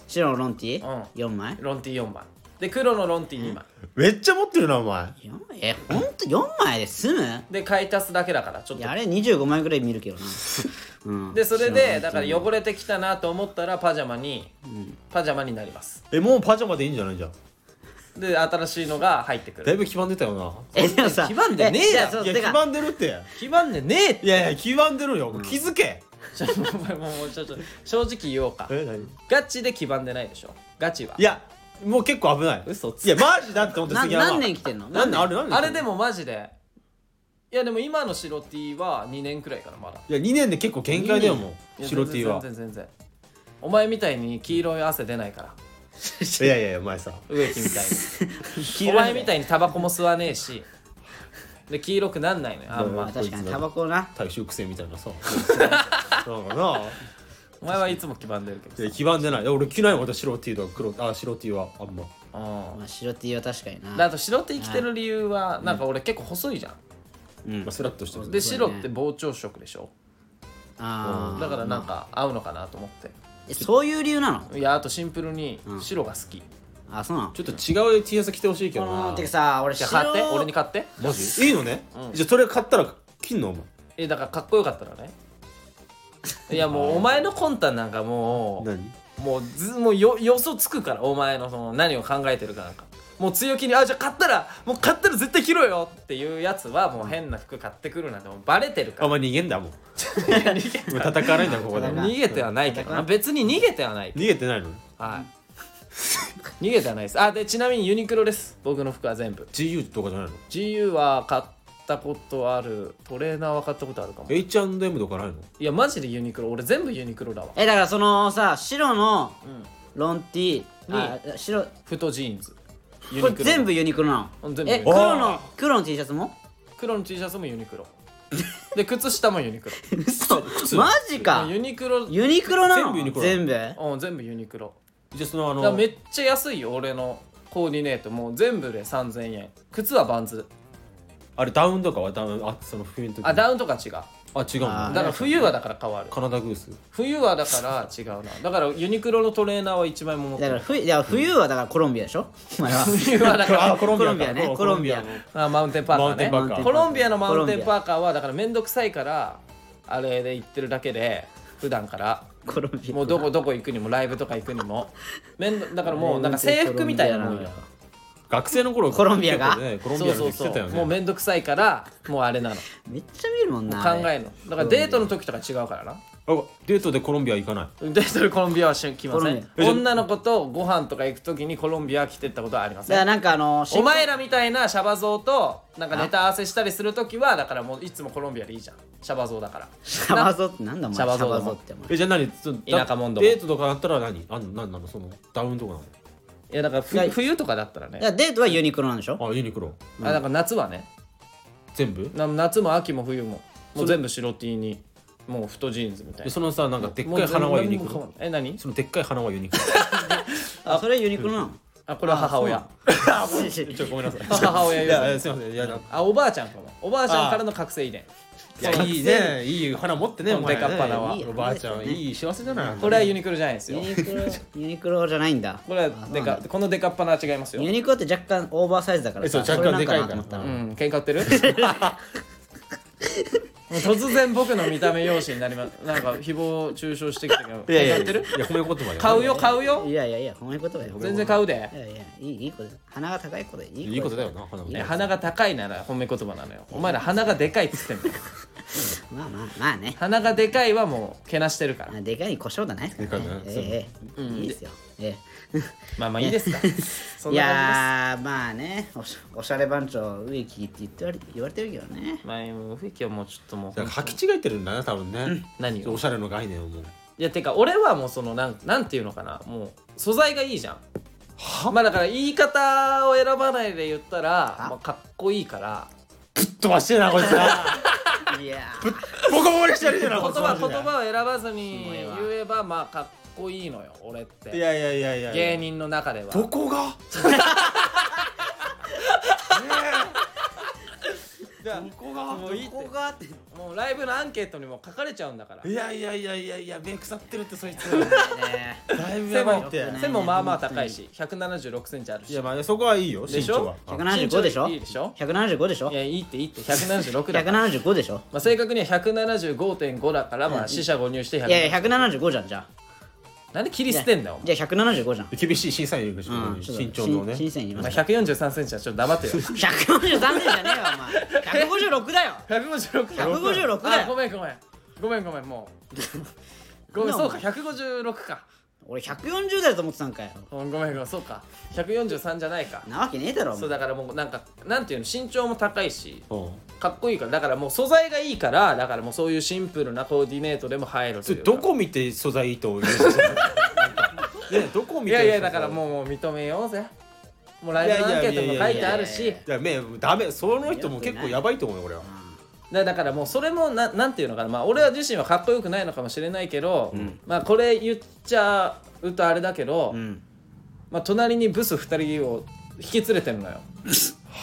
S1: 白のロンティ
S2: うん
S1: 4枚
S2: ロン T4 枚で黒のロン T2 枚
S3: めっちゃ持ってるなお前
S1: 四枚えほんと4枚で済む
S2: で買い足すだけだからちょっ
S1: い
S2: と
S1: やあれ25枚ぐらい見るけどな、うん、
S2: でそれ
S1: 白
S2: で
S1: の
S2: だから汚れてきたなと思ったらパジャマに、パジャマになります
S3: えもうパジャマでいいんじゃないじゃん
S2: で新しいのが入ってく
S3: だい
S2: る
S3: ぶ黄ばんでたよな
S1: えでもさ
S2: 黄ばんでねえだ
S1: い
S2: ろ
S1: やそう
S3: いや
S1: て
S3: 黄
S1: か
S3: ばんでるって
S2: 黄ばんでねえって
S3: いやいや黄ばんでるよ気づけ
S2: ちょっとお前もうちょっと正直言おうか
S3: え何
S2: ガチで黄ばんでないでしょガチはい
S3: やもう結構危ない
S2: 嘘つ
S3: いやマジだって思って
S1: な
S3: 杉山
S1: 何年来てんの
S3: 何年あれ何年
S2: あれでもマジでいやでも今の白 T は2年くらいからまだ
S3: いや2年で結構限界だよも
S2: いうや
S3: 白 T は
S2: 全然全然全然お前みたいに黄色い汗出ないから
S3: いやいやいやお前さ
S2: 植木みたいにお前みたいにタバコも吸わねえしで黄色くなんないのよあん
S1: まあ
S2: ま
S1: 確かにタバコな
S3: 大衆癖みたいな さなんかな
S2: お前はいつも黄ばんでるけど
S3: いや黄ばんでないいや俺着ないもん私白 T とか黒あ白 T はあんま
S2: う
S1: まあ白 T は確かに
S2: んであ
S1: な
S2: と白 T 着てる理由はなんか俺結構細いじゃ
S1: うん
S3: まあスラッとしてる
S2: んで
S1: そうだ
S2: 白
S1: ね
S2: って膨張色でしょ
S1: あー
S2: だからなんか合うのかなと思って
S1: えそういう理由なの
S2: いやあとシンプルに
S1: うん
S2: 白が好き、
S1: あそうなの
S3: ちょっと違う T シャツ着てほしいけど
S1: この
S3: な
S1: てかさ俺
S2: じゃあ
S1: 白
S2: 買って俺に買って
S3: マジいいのね
S2: うん
S3: じゃあそれ買ったら着んのお前
S2: えだからかっこよかったらねいやもうお前の魂胆なんかもう
S3: 何
S2: もうずもうよ予想つくからお前のその何を考えてるかなんかもう強気に「あじゃあ買ったらもう買ったら絶対着ろよ」っていうやつはもう変な服買ってくるなんてもうバレてるから
S3: あんま逃げん だもん
S2: いや逃げ
S3: もう戦わないんだここで
S1: 戦
S3: 逃
S1: わない
S2: 逃げてはないけどな別に逃げてはない
S3: げてないの
S2: はい 逃げてはないですあでちなみにユニクロです僕の服は全部
S3: GU とかじゃないの
S2: GU は買ったことあるトレーナーは買ったことあるかも
S3: H&M とかないの
S2: いやマジでユニクロ俺全部ユニクロだわ
S1: えだからそのさ白の
S2: ん
S1: ロンティあ白
S2: 太ジーンズユ
S1: これ全部ユニクロな
S2: うん
S1: の
S2: 全部
S1: え
S2: おー
S1: 黒の黒の T シャツも
S2: 黒の T シャツもユニクロで靴下もユニク
S1: 嘘マジか
S2: ロユニクロ、
S1: ユニクロなの
S3: 全部ユニクロ
S1: 全部
S2: うん、全部ユニクロ
S3: じゃあそのあ
S2: だから
S3: の
S2: めっちゃ安いよ俺のコーディネートもう全部で3000円靴はバンズ
S3: あれダウンとかはダウンあその冬の時
S2: あダウンとか違うだ
S3: あ違う
S1: あ
S3: の
S2: から冬はだから変わる
S3: カナダグース
S2: 冬はだから違うなだからユニクロのトレーナーは1枚も持って
S1: だ
S2: な
S1: か
S2: い
S1: ら冬いや冬はだからコロンビアでし ょお前は
S2: 冬はだから
S3: あコロンビア
S1: コロンビアね
S3: か
S1: コロンビア
S3: コ
S2: あマウンテンパーカーね
S3: マウンテンパーカー
S2: コロンビアのマウンテンパーカーはだから面倒くさいからあれで行ってるだけで普段から
S1: コロンビア
S2: もうどこどこ行くにもライブとか行くに も面倒だからもうなんか制服みたいなもんよ
S3: 学生の頃
S1: コロンビアが
S3: 結構ねコロンビ
S2: そう
S3: ア
S2: そ
S3: の
S2: う
S3: 着
S2: そ
S3: てたよ
S2: う
S3: ね
S2: もう面倒くさいからもうあれなの
S1: めっちゃ見るもんなあれ
S2: 考えのだからデートの時とか違うからな
S3: あデートでコロンビア行かない
S2: デートでコロンビアはし来ま
S1: コロ
S2: せ
S1: ンビ
S2: ん女の子とご飯とか行く時にコロンビア来てったことはありま
S1: だ
S2: せ
S1: から
S2: ん
S1: なんかあの
S2: お前
S1: ら
S2: らみたいなシャバ像となんかネタ合わせしたりする時はだからもういつもコロンビアでいいじゃんシャバ像だから
S1: シャバゾってなんだお前
S2: シャバゾだもん
S1: ってお前
S3: えじゃあ何その
S2: 田舎もんども
S3: デートとかだったら何あんなんなのそのダウンとか
S2: いやだからふ
S1: いや
S2: 冬とかだったら
S1: だ
S2: ね
S1: からデートはユニクロなんでしょ
S3: なのあユニクロ
S2: あだから夏はね
S3: 全部
S2: な夏も秋も冬ももう全部白 T にもう太ジーンズみたい
S3: で
S2: な
S3: そのさなんかでっ
S2: も
S3: か
S2: う
S3: い花はユニク
S2: 何も変わ
S3: ロ
S2: んないえ何
S3: そのでっかい花はユニクロ
S1: あそれユニクロなの
S2: あこれは母親
S3: ちょごめんなさい
S2: 母親
S3: い
S2: 言う
S3: やいやすいませんいやなんか
S2: あおばあちゃんかもおばあちゃんからの覚醒遺伝
S3: いやいいねいい花持ってね
S2: この
S3: お前ね
S2: でかっぱなはい
S1: い
S3: おばあちゃんいい幸せじゃない
S2: これはユニクロじゃないです
S1: ユ
S2: よ
S1: ニクロユニクロじゃないんだ
S2: これはでかこのデカッパなは違いますよ
S1: ユニクロって若干オーバーサイズだから
S3: えそう
S1: さ
S3: 若干
S1: それなんなと
S3: でかいから
S1: 思った
S2: う
S1: の
S2: ん喧嘩売ってる突然僕の見た目容姿になりますなんか誹謗中傷してきたけど
S3: いやいや
S2: 買ってる
S3: いや褒め言葉よ
S2: 買うよ買うよ
S1: いやいやいや、褒め言葉よ。
S2: 全然買うで
S1: いやいや、いいいいことだ。鼻が高いことでいい
S3: いいことだよな花
S2: え鼻が高いなら褒め言葉なのよお前ら鼻がでかいっつってんのよ
S1: まあまあまあね。
S2: 鼻がでかいはもうけなしてるから
S1: あでかいに故障だね。
S3: でかいね
S1: ええええいいですよ。ええ。
S2: まあまあいいですかそん
S1: い
S2: な感
S1: やーまあねおしおしゃれ番長植木って言ってわれ言われてるけどね
S2: じですまあもう雰囲気はもうちょっとも
S3: だ
S2: う
S3: から履き違えてるんだな多分ね
S2: 何を
S3: おしゃれの概念をもう
S2: いやてか俺はもうそのなんなんていうのかなもう素材がいいじゃんまあだから言い方を選ばないで言ったらまあ、かっこいいから
S3: 飛ばしてなこいつ な
S1: いや
S3: ボコボコにしてるじゃ
S2: 言
S3: なこいつ
S2: 葉言葉を選ばずに
S1: すごいわ
S2: 言えばまあかっこいいのよ俺って
S3: いやいやいやいや
S2: 芸人の中では
S3: ど こが
S2: じゃあ
S3: どこが
S2: もういいって
S1: ここがって
S2: もうライブのアンケートにも書かれちゃうんだから
S3: いやいやいやいやいや目腐ってるってそ いつ
S1: ね
S3: だいぶ
S2: 背
S3: やばい
S2: も
S3: って
S2: 背もまあまあ高いし1 7 6ンチあるし
S3: いやまあそこはいいよ
S2: で
S3: 身
S2: しょ
S3: 長はあ
S1: 175でしょ
S2: 身長いいでしょ
S1: 175でしょ
S2: いやいいっていいって176だから、
S1: 175でしょ
S2: まあ、正確には175.5だからまあ死者誤入して100
S1: いやいや175じゃんじゃあ
S2: なんで切り捨てんだよお
S1: じゃあ175じゃん
S3: 厳しい審査員いるでしょ
S1: うんちょっと
S3: 身長のね
S1: し新鮮に言いま
S2: 前
S1: す
S2: まあ、143センチはちょっと黙 ってよ
S1: 153でじゃねえよお前156だよ
S2: 156だ
S1: 156だよ
S2: あごめんごめんごめんごめんもうごめんそうか156か
S1: 俺140だと思ってたんかよ
S2: うんごめんごめんそうか143じゃないか
S1: なわけねえだろお前
S2: そうだからもうなんかなんていうの身長も高いし
S3: うん
S2: かっこいいからだからもう素材がいいからだからもうそういうシンプルなコーディネートでも入ると
S3: そ
S2: い
S3: れ
S2: うか
S3: どこ見て素材いいと 思うねどこ
S2: い
S3: 見て
S2: や
S3: 素材
S2: いやだからもうもう認めようぜもうライブのアンケートも書いてある
S1: いやいやいやいやいや
S2: し
S3: いやめダメその人も結構やばいと思うよ俺は
S2: だだからもうそれもななんていうのかなまあ俺は自身はかっこよくないのかもしれないけど、まあこれ言っちゃうとあれだけど、
S1: うん
S2: まあ隣にブス2人を引き連れてる のよ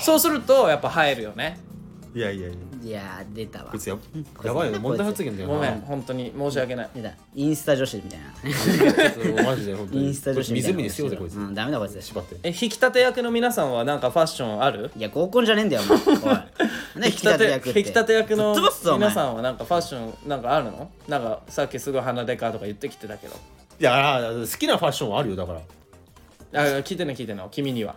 S2: そうするとやっぱ入るよね
S3: いやいやいや
S1: いやー出たわ
S3: こいつややばいよ問題発言だよ
S2: ごめん
S3: な
S2: 本当に申し訳ない
S1: 出たインスタ女子みたいな
S3: ちょっとマジで本当
S1: イ
S3: に
S1: ンスタ女子みたいな
S3: 湖に捨てようぜこいつ
S1: うんダメだこいつ
S3: 縛って
S2: え引き立て役の皆さんはなんかファッションある
S1: いや合コンじゃねえんだよお 前おいなんで引き立て役って
S2: 引き立て役の
S1: ぶっ飛ばすぞお前
S2: 皆さんはなんかファッションなんかあるのなんかさっきすごい鼻でかとか言ってきてたけど
S3: いや好きなファッションはあるよだから
S2: あ聞いてない聞いてない君には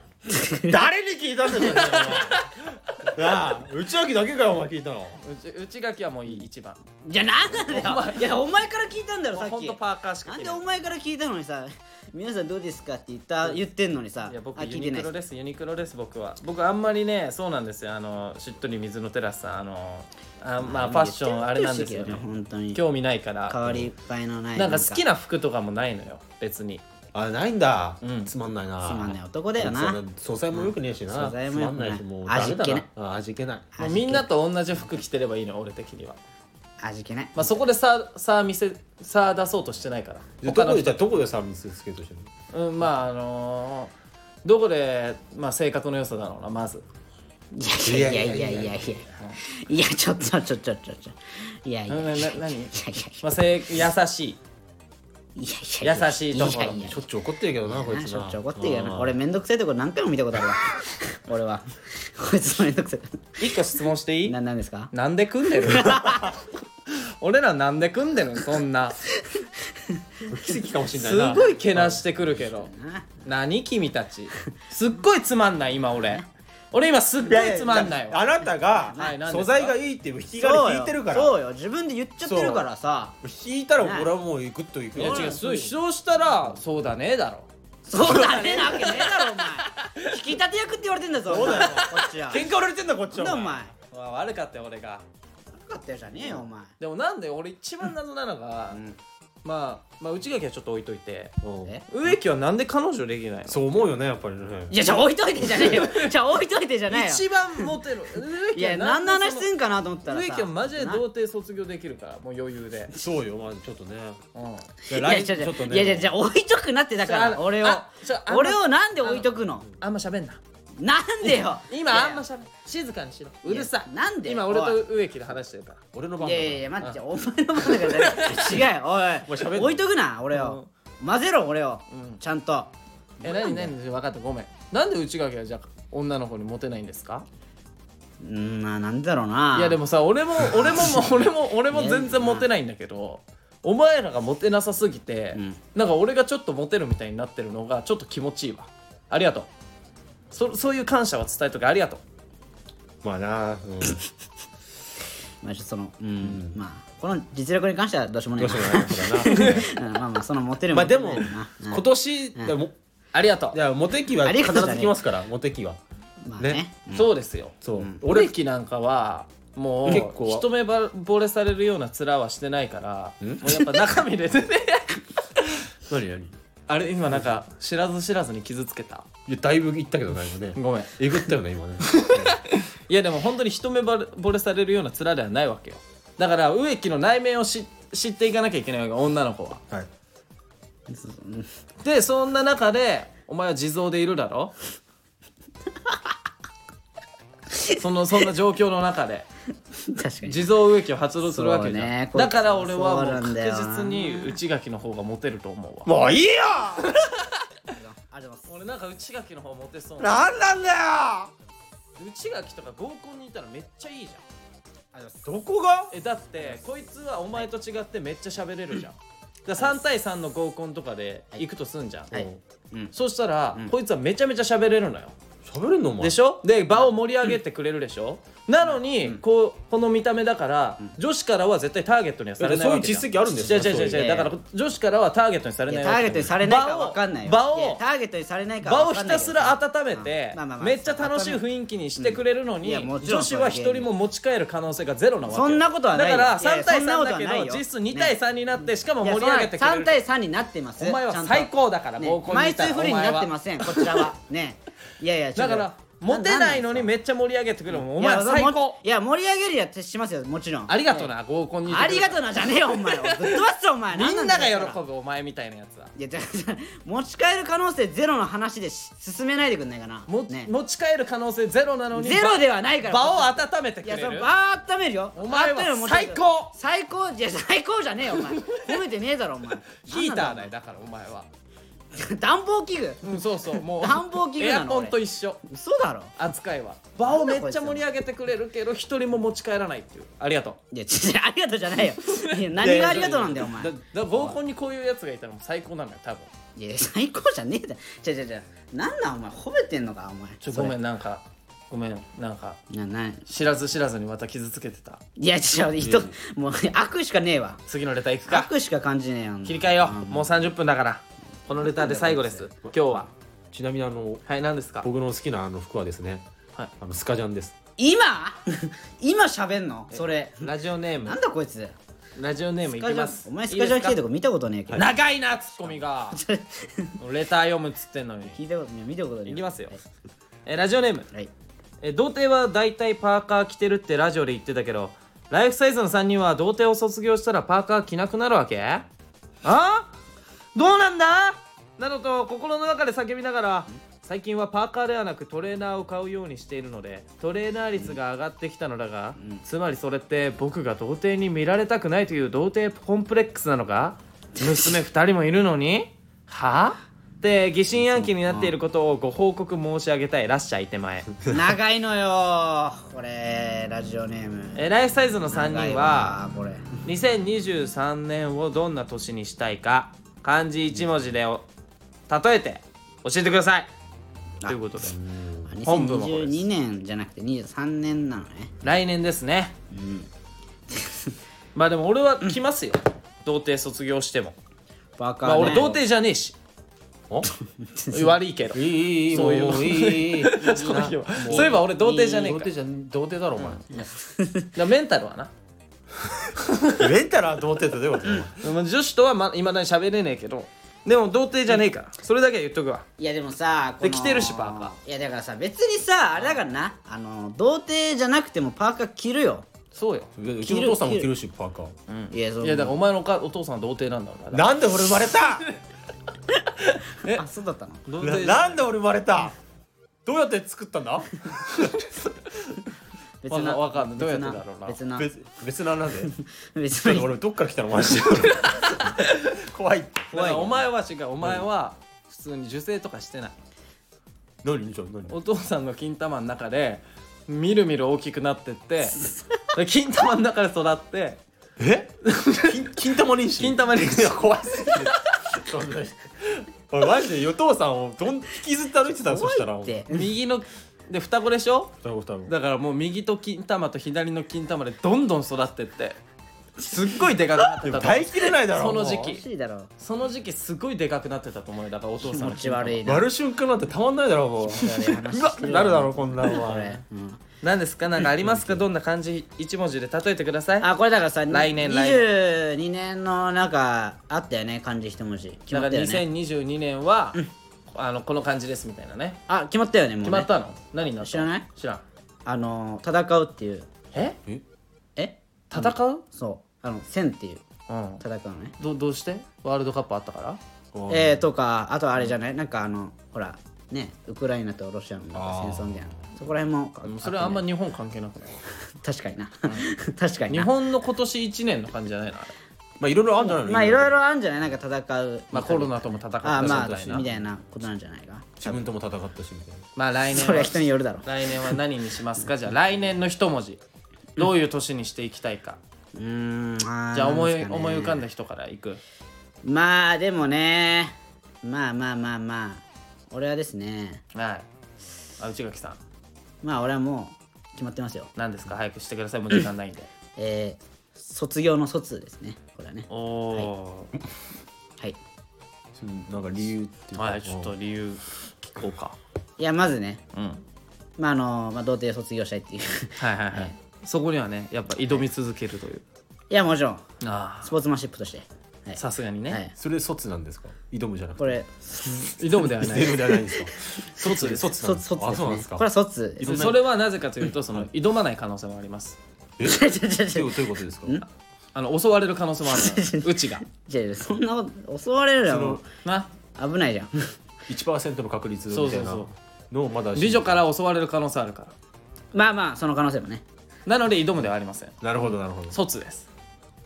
S3: 誰に聞いたんだよお前 なあ内訳だけかよお前聞いたの
S2: うち内垣はもういい一番
S1: じゃあなんなんだよいやお前から聞いたんだろさっ
S2: ほん
S1: き
S2: とパーカーしか
S1: な
S2: 着
S1: ん
S2: て
S1: で
S2: ない
S1: お前から聞いたのにさ皆さんどうですかって言った言ってんのにさ
S2: いや僕
S1: あ
S2: ユ
S1: 聞いて
S2: ニ
S1: ない
S2: クロですユニクロです僕は僕あんまりねそうなんですよあのしっとり水のテラスさんあのあまあファッションあれなんですよね
S1: 本当に
S2: 興味ないから
S1: 変わりいっぱいのない
S2: なんか好きな服とかもないのよ別に
S3: あないんだ、
S2: うん
S3: つまんないな
S1: つまんない男だよな
S3: そう素材もよくねえしな、
S1: うん素材も良くない
S3: つまんないしもう
S1: 味気ない
S3: あ味気ない
S2: もうみんなと同じ服着てればいいの俺的には、
S1: 味気ない
S2: まあ、そこでささ見せさ出そうとしてないから
S3: じゃあ
S2: 他
S3: ど
S2: の
S3: こ
S2: 人
S3: でじゃあどこでサービスつけようとしてるの
S2: うんまああのーどこで、まあ、性格の良さだろうなまず
S1: いやいやいやいやいやいやいやちょっとちょっとちょっとちょっといやいや
S2: ない
S1: やいや
S2: ないな
S1: や
S2: 何、
S1: い
S2: まあ、性優しい
S1: や
S2: 優しいところ
S1: やや
S3: しょっちゅう怒ってるけどなこいつな
S1: しょっちゅう怒ってるよな俺めんどくせえとこ何回も見た ことあるわ俺はこいつめんどくせ
S2: 一個質問してい
S1: え
S2: い
S1: ななんですか
S2: なんで組んで る俺らなんで組んでるのそんな
S3: 奇跡かもしんない
S2: す
S3: な
S2: ごいけなしてくるけど
S1: な
S2: 何君たちすっごいつまんない今俺俺今すっごいつまんないわ
S3: あなたが
S2: はい何ですか
S3: 素材がいいっていう引き
S1: そ
S3: 金
S1: う
S3: 引
S1: よ
S3: いてるから
S1: そうよ自分で言っちゃってるからさ
S3: 引いたら俺はもうグッといく
S2: い
S3: よ
S2: や違うそう主張したらそうだねだろ
S1: そうだねなわけねえだろお前引き立て役って言われてんだぞそうだよこっちは
S3: 喧嘩売られてんだこっち
S1: なんだ
S3: は
S1: お前よ
S2: うわ悪かったよ俺が
S1: かったよじゃねえよお前
S2: でもなんで俺一番謎なのが、まあ、まあ内垣はちょっと置いといて
S3: お前
S1: え
S2: 植木はなんで彼女できないの
S3: そう思うよねやっぱりね
S1: いやじゃあ置いといてじゃねえよ じゃあ置いといてじゃねえよ
S2: 一番モテる植
S1: い
S2: 木は
S1: や何の話して
S2: ん
S1: んかなと思ったらさ
S2: 植木はマジで童貞卒業できるからもう余裕で、
S3: そうよまあちょっとね
S2: うん、
S3: いや
S1: いや
S3: 来
S1: ちょ
S3: 週
S1: ち
S3: ち
S1: ょ
S3: ょ
S1: っ
S3: っ
S1: とね
S3: とね
S1: いやいやじゃあ置いとくなってだか
S2: ちょあ
S1: ら
S2: の
S1: 俺を
S2: あちょあの
S1: 俺をなんで置いとくの
S2: あんま喋んな
S1: なんでよ
S2: 今
S1: いや
S2: あんま喋ん静かにしろうるさ
S1: いやなんで
S2: 今俺と植木で話してるから
S3: 俺の番
S1: い
S3: だ
S1: やいやいや待ってお前のものがじゃない違うよお
S3: 喋ん
S1: い
S3: の
S1: 置いとくな俺を混ぜろ俺をちゃんと
S2: え何何分かったごめんなんで内垣はじゃあ女の子にモテないんですか
S1: うんまあなんだろうないい
S2: やでもさ俺も俺も 俺も俺も全然モテないんだけどお前らがモテなさすぎて、
S1: うん
S2: なんか俺がちょっとモテるみたいになってるのがちょっと気持ちいいわありがとうそそういう感謝は伝えとけありがとう
S3: まあな、うん、
S1: まあちょっとそのうん、まあこの実力に関してはどうしようもない
S3: そうだなそうだ
S1: う
S3: な
S1: んまあまあそのモテる
S3: まあ
S1: モテ
S3: で
S1: な
S3: も
S1: いのな うん
S3: 今年、でも
S2: ありがと
S3: いやモテ期は
S1: ありがと
S3: 必
S1: うじ
S3: ず
S1: ゃねえ
S3: 来ますからモテ期は
S1: まあね
S3: ね
S2: う、そうですよ
S3: そう、
S2: 俺
S3: 俺
S2: 歴なんかはもう
S3: 結構
S2: 一目ぼれされるような面はしてないから
S3: ん
S2: もうやっぱ中身でね
S3: 何何い
S2: あれ今なんか知らず知らずに傷つけた
S3: やだいぶ言ったけどな今ね
S2: ごめん
S3: えぐったよね今ね
S2: いやでも本当に一目ぼれされるような面ではないわけよだから植木の内面をし知っていかなきゃいけないわけ女の子は
S3: はい
S2: でそんな中でお前は地蔵でいるだ ろそのそんな状況の中で
S1: 確かに
S2: 地蔵植木を発動するわけじゃん、
S1: そうねこいつ
S2: だから俺はも
S1: そう
S2: う
S1: なん
S2: 確
S1: だよな
S2: 実に内垣の方がモテると思うわ
S3: もういいよ
S1: ありがとうございます
S2: 俺なんか内垣の方モテそうな
S3: 何なんだよ
S2: 内垣とか合コンにいたらめっちゃいいじゃ
S1: ありがとうございます
S3: どこが
S2: んえだってこいつはお前と違ってめっちゃ喋れるじゃんだから3対3の合コンとかで行くとすんじゃん、
S1: はい
S2: そうしたら、こいつはめちゃめちゃ喋れるのよ
S3: 喋れんのお前
S2: でしょで場を盛り上げてくれるでしょ、なのに、こうこの見た目だから、女子からは絶対ターゲットにはされない
S3: だっ
S2: わ
S3: て
S2: け
S3: そういう実績あるんです
S2: じ
S3: よ
S2: ゃじゃじゃじ
S1: そうい
S2: ゃ
S1: う
S2: だから女子からはターゲットにされ
S1: い
S2: な
S1: や
S2: い
S1: タ
S2: わ
S1: ーゲ
S2: け
S1: ットにされないか
S2: 場を
S1: わかんないよ
S2: 場
S1: いや
S2: を
S1: ターゲットにされないか
S2: 場
S1: わ
S2: を
S1: か
S2: ひ
S1: んないけ
S2: たす
S1: ど
S2: ら温めて
S1: うんまあまあまあ
S2: めっちゃ楽しい雰囲気にしてくれるのに
S1: うんいやもちろん
S2: 女子
S1: それは
S2: は一人も持ち帰る可能性がゼロなわけよ
S1: そんなことはない
S2: だ
S1: よ
S2: から
S1: いやい
S2: 3
S1: や
S2: 対
S1: そんな
S2: 3
S1: こと
S2: だ
S1: は
S2: け
S1: ないよ
S2: ど実質2対3になってしかも
S1: いや
S2: 盛り上げてくれ
S1: 3
S2: る
S1: 対3になってます
S2: お前は
S1: ちゃんと
S2: 最高だから
S1: ね
S2: 合コンに
S1: 毎
S2: いたら
S1: 通不利になってませんこちらはねいやい やちょ
S2: だ
S1: っと
S2: からモテないのに
S1: ん
S2: めっちゃ盛り上げてくれるもんお
S1: お
S2: 前は最高
S1: いや盛り上げるやつしますよもちろん
S2: ありがとうな合コンにいてく
S1: あ
S2: れ
S1: り
S2: て
S1: がとうなじゃねえよお前 ぶっ飛ばすぞお前
S2: みんなが喜
S1: ぶ
S2: ぶお前みたいなやつはい
S1: やじゃじゃ 持ち帰る可能性ゼロの話でし進めないでくんないかな
S2: も
S1: ね
S2: 持ち帰る可能性ゼロなのに
S1: ゼロではないから
S2: 場を温めてく
S1: いや
S2: れ
S1: そ
S2: る
S1: のバー温めるよ
S2: お前は
S1: 温めるのもちろん
S2: 最高
S1: 最高いや最高じゃねえよお前褒めてねえだろお前
S2: ヒーターだ
S1: なん
S2: よだからお前は
S1: だよ暖房器具
S2: うんそうそうもう
S1: 暖房器具
S2: エ
S1: なの
S2: アコン
S1: 俺
S2: と一緒
S1: 嘘だろ
S2: 扱いは場をめっちゃ盛り上げてくれるけど一人も持ち帰らないっていうありがと
S1: いやちょありがとうじゃないよいや何がありがとうなんだよお
S2: う
S1: 前
S2: だだ合コンにこういうやつがいたらもう最高なのよ多分
S1: いや最高じゃねえだちゃちゃちゃなんなんお前褒めてんのかお前
S2: ちょごめ
S1: ん
S2: んなんかごめんなんか
S1: なない
S2: 知らず知らずにまた傷つけてた
S1: いやちょいともう悪しかねえわ
S2: 次のレターいくか
S1: 悪しか感じねえよ
S2: 切り替えようもう30分だからこのレターで最後です今日は
S3: ちなみにあの
S2: はい何ですか
S3: 僕の好きなあの服はですね
S2: はい
S3: あのスカジャンです
S1: 今 今喋んのそれ
S2: ラジオネーム
S1: なんだこいつ
S2: ラジオネームいきます
S1: お前スカジャン来てるとこ見たことねえけど
S2: 長いなツッコミがレター読むっつってんのに
S1: 聞いたことねえ見たことねえ
S2: いきますよえラジオネーム
S1: はい
S2: え童貞は大体パーカー着てるってラジオで言ってたけどライフサイズの3人は童貞を卒業したらパーカー着なくなるわけああどうなんだなどと心の中で叫びながら最近はパーカーではなくトレーナーを買うようにしているのでトレーナー率が上がってきたのだが、つまりそれって僕が童貞に見られたくないという童貞コンプレックスなのか娘2人もいるのにはあって疑心暗鬼になっていることをご報告申し上げたいらっしゃい手前
S1: 長いのよこれラジオネーム
S2: えーライフサイズの3
S1: 長い
S2: 人は
S1: わこれ
S2: 2023年をどんな年にしたいか漢字1文字でお例えて教えてくださいということで本文はこれです
S1: 2022年じゃなくて23年なのね
S2: 来年ですねまあでも俺は来ますよ童貞卒業しても
S1: バカ
S2: まあ俺童
S1: 貞
S2: 貞じゃねえ し
S3: お
S2: 悪いけど
S3: いいいい
S2: そういう
S3: もういいいい
S2: そういえばそういえば俺童貞じゃねえ
S3: 童
S2: か
S3: 貞じゃ童貞だろお前
S2: らメンタルはな
S3: レンタルは童貞ってどういうことお前
S2: まあ女子とはまいまだに喋れねえけどでも童貞じゃねえからそれだけは言っとくわ
S1: いやでもさ
S2: で
S1: この
S2: 着てるしパーカ
S1: いやだからさ別にさあれだからなあの童貞じゃなくてもパーカー着るよ
S2: そうよ
S3: うちのお父さんも着るしパーカー
S1: いやそう
S2: いやだからお前のお母お父さんは童貞なんだろうな
S3: なんで俺生まれた
S1: あそうだったの
S2: 童
S3: な
S2: 貞
S3: なんで俺生まれたどうやって作ったんだ
S1: 別な
S2: わかんないどうやって
S1: 別
S2: だろうな
S1: 別な
S3: 別別ななんで
S1: 別
S3: ちょっ
S1: な
S3: と俺どっから来たのマジで怖い
S2: だからお前は違うお前は普通に受精とかしてない
S3: 何じゃあ何
S2: お父さんの金玉の中でみるみる大きくなってってで金玉の中で育って
S3: え金金玉妊娠
S2: 金玉に
S3: いや怖すぎるそんな人俺マジで与党さんをどん引きずって歩いてたのそしたら
S1: 怖いって
S2: 右ので双子でしょ
S3: 双子双子
S2: だからもう右と金玉と左の金玉でどんどん育ってってすっごいでかくなって
S3: で
S2: た
S3: も
S2: と思
S3: 耐
S2: う
S3: えきれないだろ
S2: その時
S3: もう
S1: おかしいだろ
S2: その時期すごいでかくなってたと思うよだからお父
S1: 気
S2: さん
S1: 持
S2: の
S1: ち悪いな
S3: 割る瞬間なんてたまんないだろもううわなるだろこんなの
S1: こ
S3: は
S1: れ、うん
S2: 何ですか何かありますかどんな漢字一文字で例えてください
S1: あこれだからさ
S2: 来年来
S1: 22年の中あったよね漢字一文字決ま
S2: だ
S1: っ
S2: か
S1: た
S2: ら
S1: よね
S2: 2022年は、あのこの漢字ですみたいなね
S1: あ決まったよねもうね
S2: 決まったの、何になったの
S1: 知らない
S2: 知らん
S1: あの戦うっていう
S2: え
S3: え
S1: え
S2: 戦う
S1: そうあの戦っていう
S2: うん
S1: 戦うのね
S2: どどうしてワールドカップあったから
S1: えー、とかあとあれじゃないなんかあのほらねウクライナとロシアのなんか戦争みたいなそこら辺も
S2: でもそれはあんま
S1: り
S2: 日本関係なくない
S1: 確かにな 確かに
S2: 日
S1: な
S2: 本の今年1年の感じじゃないのあれ
S3: まあいろいろあるんじゃないの
S1: まあいろいろあるんじゃないなんか戦う
S2: まあコロナとも戦ったし
S1: あ
S2: み
S1: ま
S2: たいな
S1: あみたいなことなんじゃないか
S3: 自分とも戦ったしみたいな
S2: まあ来年
S1: それは
S2: は
S1: 人によるだろ
S2: 来年は何にしますかじゃあ来年の一文字どういう年にしていきたいか、
S1: うーんあー
S2: じゃあ思い,、
S1: なんですかね
S2: 思い浮かんだ人からいく
S1: まあでもねまあまあまあまあ俺はですね
S2: はいあ内垣さん
S1: まあ俺はもう決まってますよ
S2: 何ですか早くしてくださいもう時間ないんで
S1: えー、卒業の卒ですねこれはね
S2: おお
S1: はい
S3: そのなんか理由っていうか
S2: ーはいちょっと理由聞こうか
S1: いやまずね
S2: うん
S1: まああの、まあ、童貞卒業したいっていう
S2: はいはいはい、そこにはねやっぱ挑み続けるという、
S1: いやもちろん
S2: あ
S1: スポーツマンシップとしては
S2: あ
S1: い、
S2: さすがにね、
S1: はい、
S3: それ卒なんですか挑むじゃなくて
S1: これ
S2: 挑むでは ない
S3: 挑むじゃないんですか卒で卒なん
S1: 卒
S3: です
S1: 卒で
S3: かあ
S1: す
S3: そうなん
S1: ね
S3: ですか
S1: これは卒です
S3: いろんな
S2: それはなぜかというとその挑まない可能性もあります
S3: え
S1: ちょちょちょち
S3: どう
S1: ょ
S3: いうどういうことですか
S2: あの襲われる可能性もあ るのうちが
S1: ちょそんなこと襲われるのはも
S2: な
S1: う危ないじゃん
S3: 1%の確率みたいな
S2: そうそう
S3: のをまだ
S2: 美女から襲われる可能性あるから
S1: まあまあその可能性もね
S2: なので挑むではありません
S3: なるほどなるほど
S2: 卒です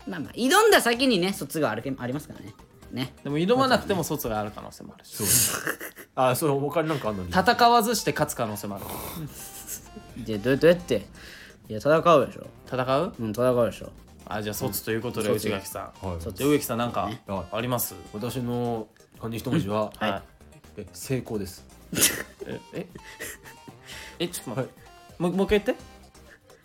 S1: まあまあ挑んだ先にね卒があるけありますからねね
S2: でも挑まなくても卒がある可能性もあるし
S3: そうあそれ他になんかあんのに
S2: 戦わずして勝つ可能性もある
S1: でどうやどうやっていや戦うでしょ
S2: 戦う
S1: うん戦うでしょ
S2: あじゃあ卒ということで
S1: うん卒
S2: 内垣さん
S3: はい
S2: じゃあ植木さんなんか
S3: はい
S2: あります
S3: 私の漢字一文字は、
S2: はい
S3: え成功です
S2: ええ えちょっと待ってもうもう一回言って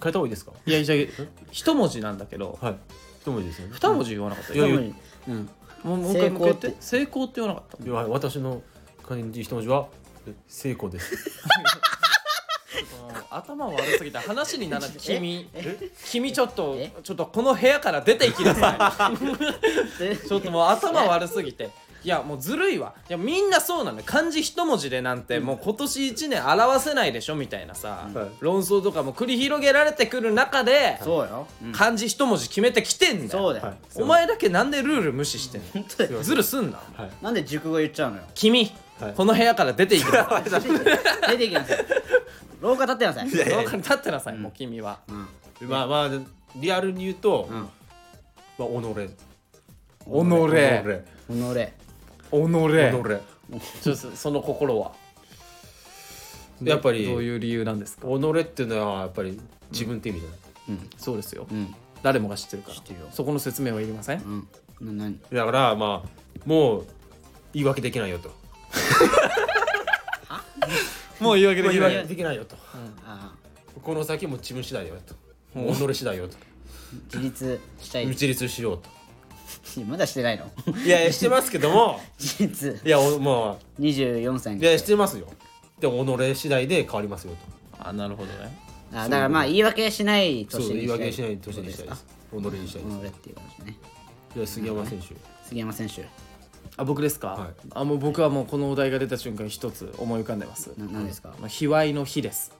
S3: 変えた方がいいですか
S2: いやじゃあ一文字なんだけど
S3: はい一文字ですよね
S2: 二文字言わなかった
S3: いや
S1: 多
S3: いや
S1: 分うん
S2: もうもう一回
S1: 成功
S2: もう一回言
S1: っ
S2: っ
S1: て
S2: 成功って言わなかった
S3: では私の漢字一文字はえ成功です
S2: 頭悪すぎた話にならない 君
S3: え
S2: 君ちょっと
S1: え
S2: ちょっとこの部屋から出ていきなさ
S1: え
S2: いちょっともう頭悪すぎていやもうずるいわいやみんなそうなのよ漢字一文字でなんてもう今年一年表せないでしょみたいなさ、
S3: はい
S2: 論争とかも繰り広げられてくる中で
S1: そうよ、うん
S2: 漢字一文字決めてきてんだ
S1: そう
S2: よ
S1: だよ、
S3: はい
S2: お前だけなんでルール無視してんの
S1: 当だよ
S2: ずるすんな
S3: はい
S1: なんで熟語言っちゃうのよ
S2: 君、
S3: はい
S2: この部屋から出ていき なさい
S1: 出てきなさい廊下立ってなさい
S3: やいや
S2: 廊下に立ってなさい、もう君は
S1: うん
S3: まあまあリアルに言うと、
S1: うん
S3: まあ、己
S2: 己
S1: 己
S3: 己
S2: 己
S3: 己
S2: ちょっとその心は
S3: やっぱり
S2: どういう理由なんですか
S3: 己っていうのはやっぱり自分って意味じゃない、
S2: そうですよ、
S1: うん
S2: 誰もが知ってるから
S1: 知ってるよ
S2: そこの説明はいりません、
S1: うんな何
S3: だからまあもう言い訳できないよと
S2: もう言い訳
S3: 言い
S2: ない
S3: 訳できないよと
S1: ああ
S3: この先も自分次第よと己次第よと
S1: 自立したい
S3: 自立しようと
S1: まだしてないの
S3: いやいやしてますけども
S1: 自立
S3: いやおまあ
S1: 24歳
S3: いやしてますよで己次第で変わりますよ
S2: あなるほどね
S1: あだからまあ言い訳しない
S3: とそ
S1: 年
S3: う
S1: に
S3: 言い訳しない
S1: と
S3: 年にしたいです己にしたいで
S1: 己っていう感じね
S3: すいや杉山選手
S1: 杉山選手
S2: あ僕ですか、
S3: はい
S2: あもう僕はもうこのお題が出た瞬間一つ思い浮かんでます
S1: な何ですか
S2: あの卑猥の卑です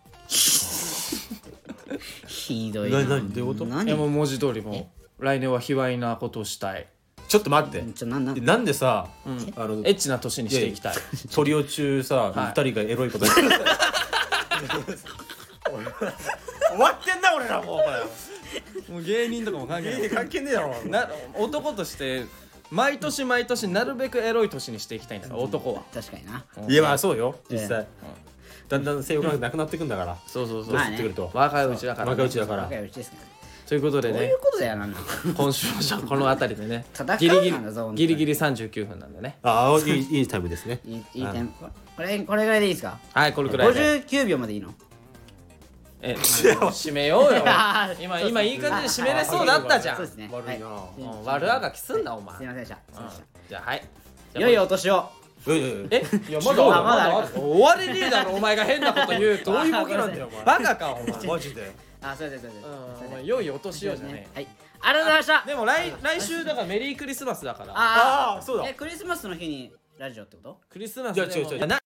S1: ひどい
S3: な何どういうこと
S2: い
S1: 何
S2: やもう文字通りもう来年は卑猥なことをしたい
S3: ちょっと待って
S1: ちょなんなん
S3: なんでさ、あの
S2: エッチな年にしていきたい
S3: トリオ中さ、二、人がエロいこと。 終わってんだ俺らもう こ
S2: もう芸人とかも関係
S3: れ。関係ねえだろ。
S2: な男として毎年毎年なるべくエロい年にしていきたいんだから男は
S1: 確かにない
S3: やまあそうよ実際。だんだん性欲がなくなってくんだから
S2: そうそうそう、
S1: まあ
S3: 吸ってくると
S2: 若いうちだからね、
S3: 若いうちだか
S1: 若
S3: ら
S1: いうちですから
S2: ということで
S1: こう
S2: ね
S1: いうことだよなんか
S2: 今週もじゃあこの辺りでね
S1: 戦うな
S2: ギリギリ
S1: なんだぞ本当に
S2: ギリギリ39分なんでね
S3: ああいいいいタイムですね
S1: いいいい点これこれぐらいでいいですか
S2: はいこれくらいで
S1: 59秒までいいの
S2: え締めようよ今
S1: そう
S2: 今いい感じで締めれそうだったじゃん
S1: そうですね
S3: 悪いな
S1: は
S2: うん悪あがきすんなお
S1: すい
S2: 前
S1: ませんでしたすいませんでし
S2: じゃあはい
S1: た良いお年を
S3: いやいやいや
S2: えいや
S1: 違う
S2: まだあ
S1: ま
S2: る
S1: だある
S2: ある終わりねえだろお前が変なこと言うと
S1: どういうこと
S3: なんだよお前
S2: バカかお前
S3: マジで
S1: あすいませんすいませんすいませ
S2: うんんお前良いお年をじゃね
S1: はいありがとうございました
S2: えでも来来週だからメリークリスマスだから
S1: あ
S3: あーそうだ
S1: えクリスマスの日にラジオってこと
S2: クリスマスでも
S3: いや違う違う
S2: な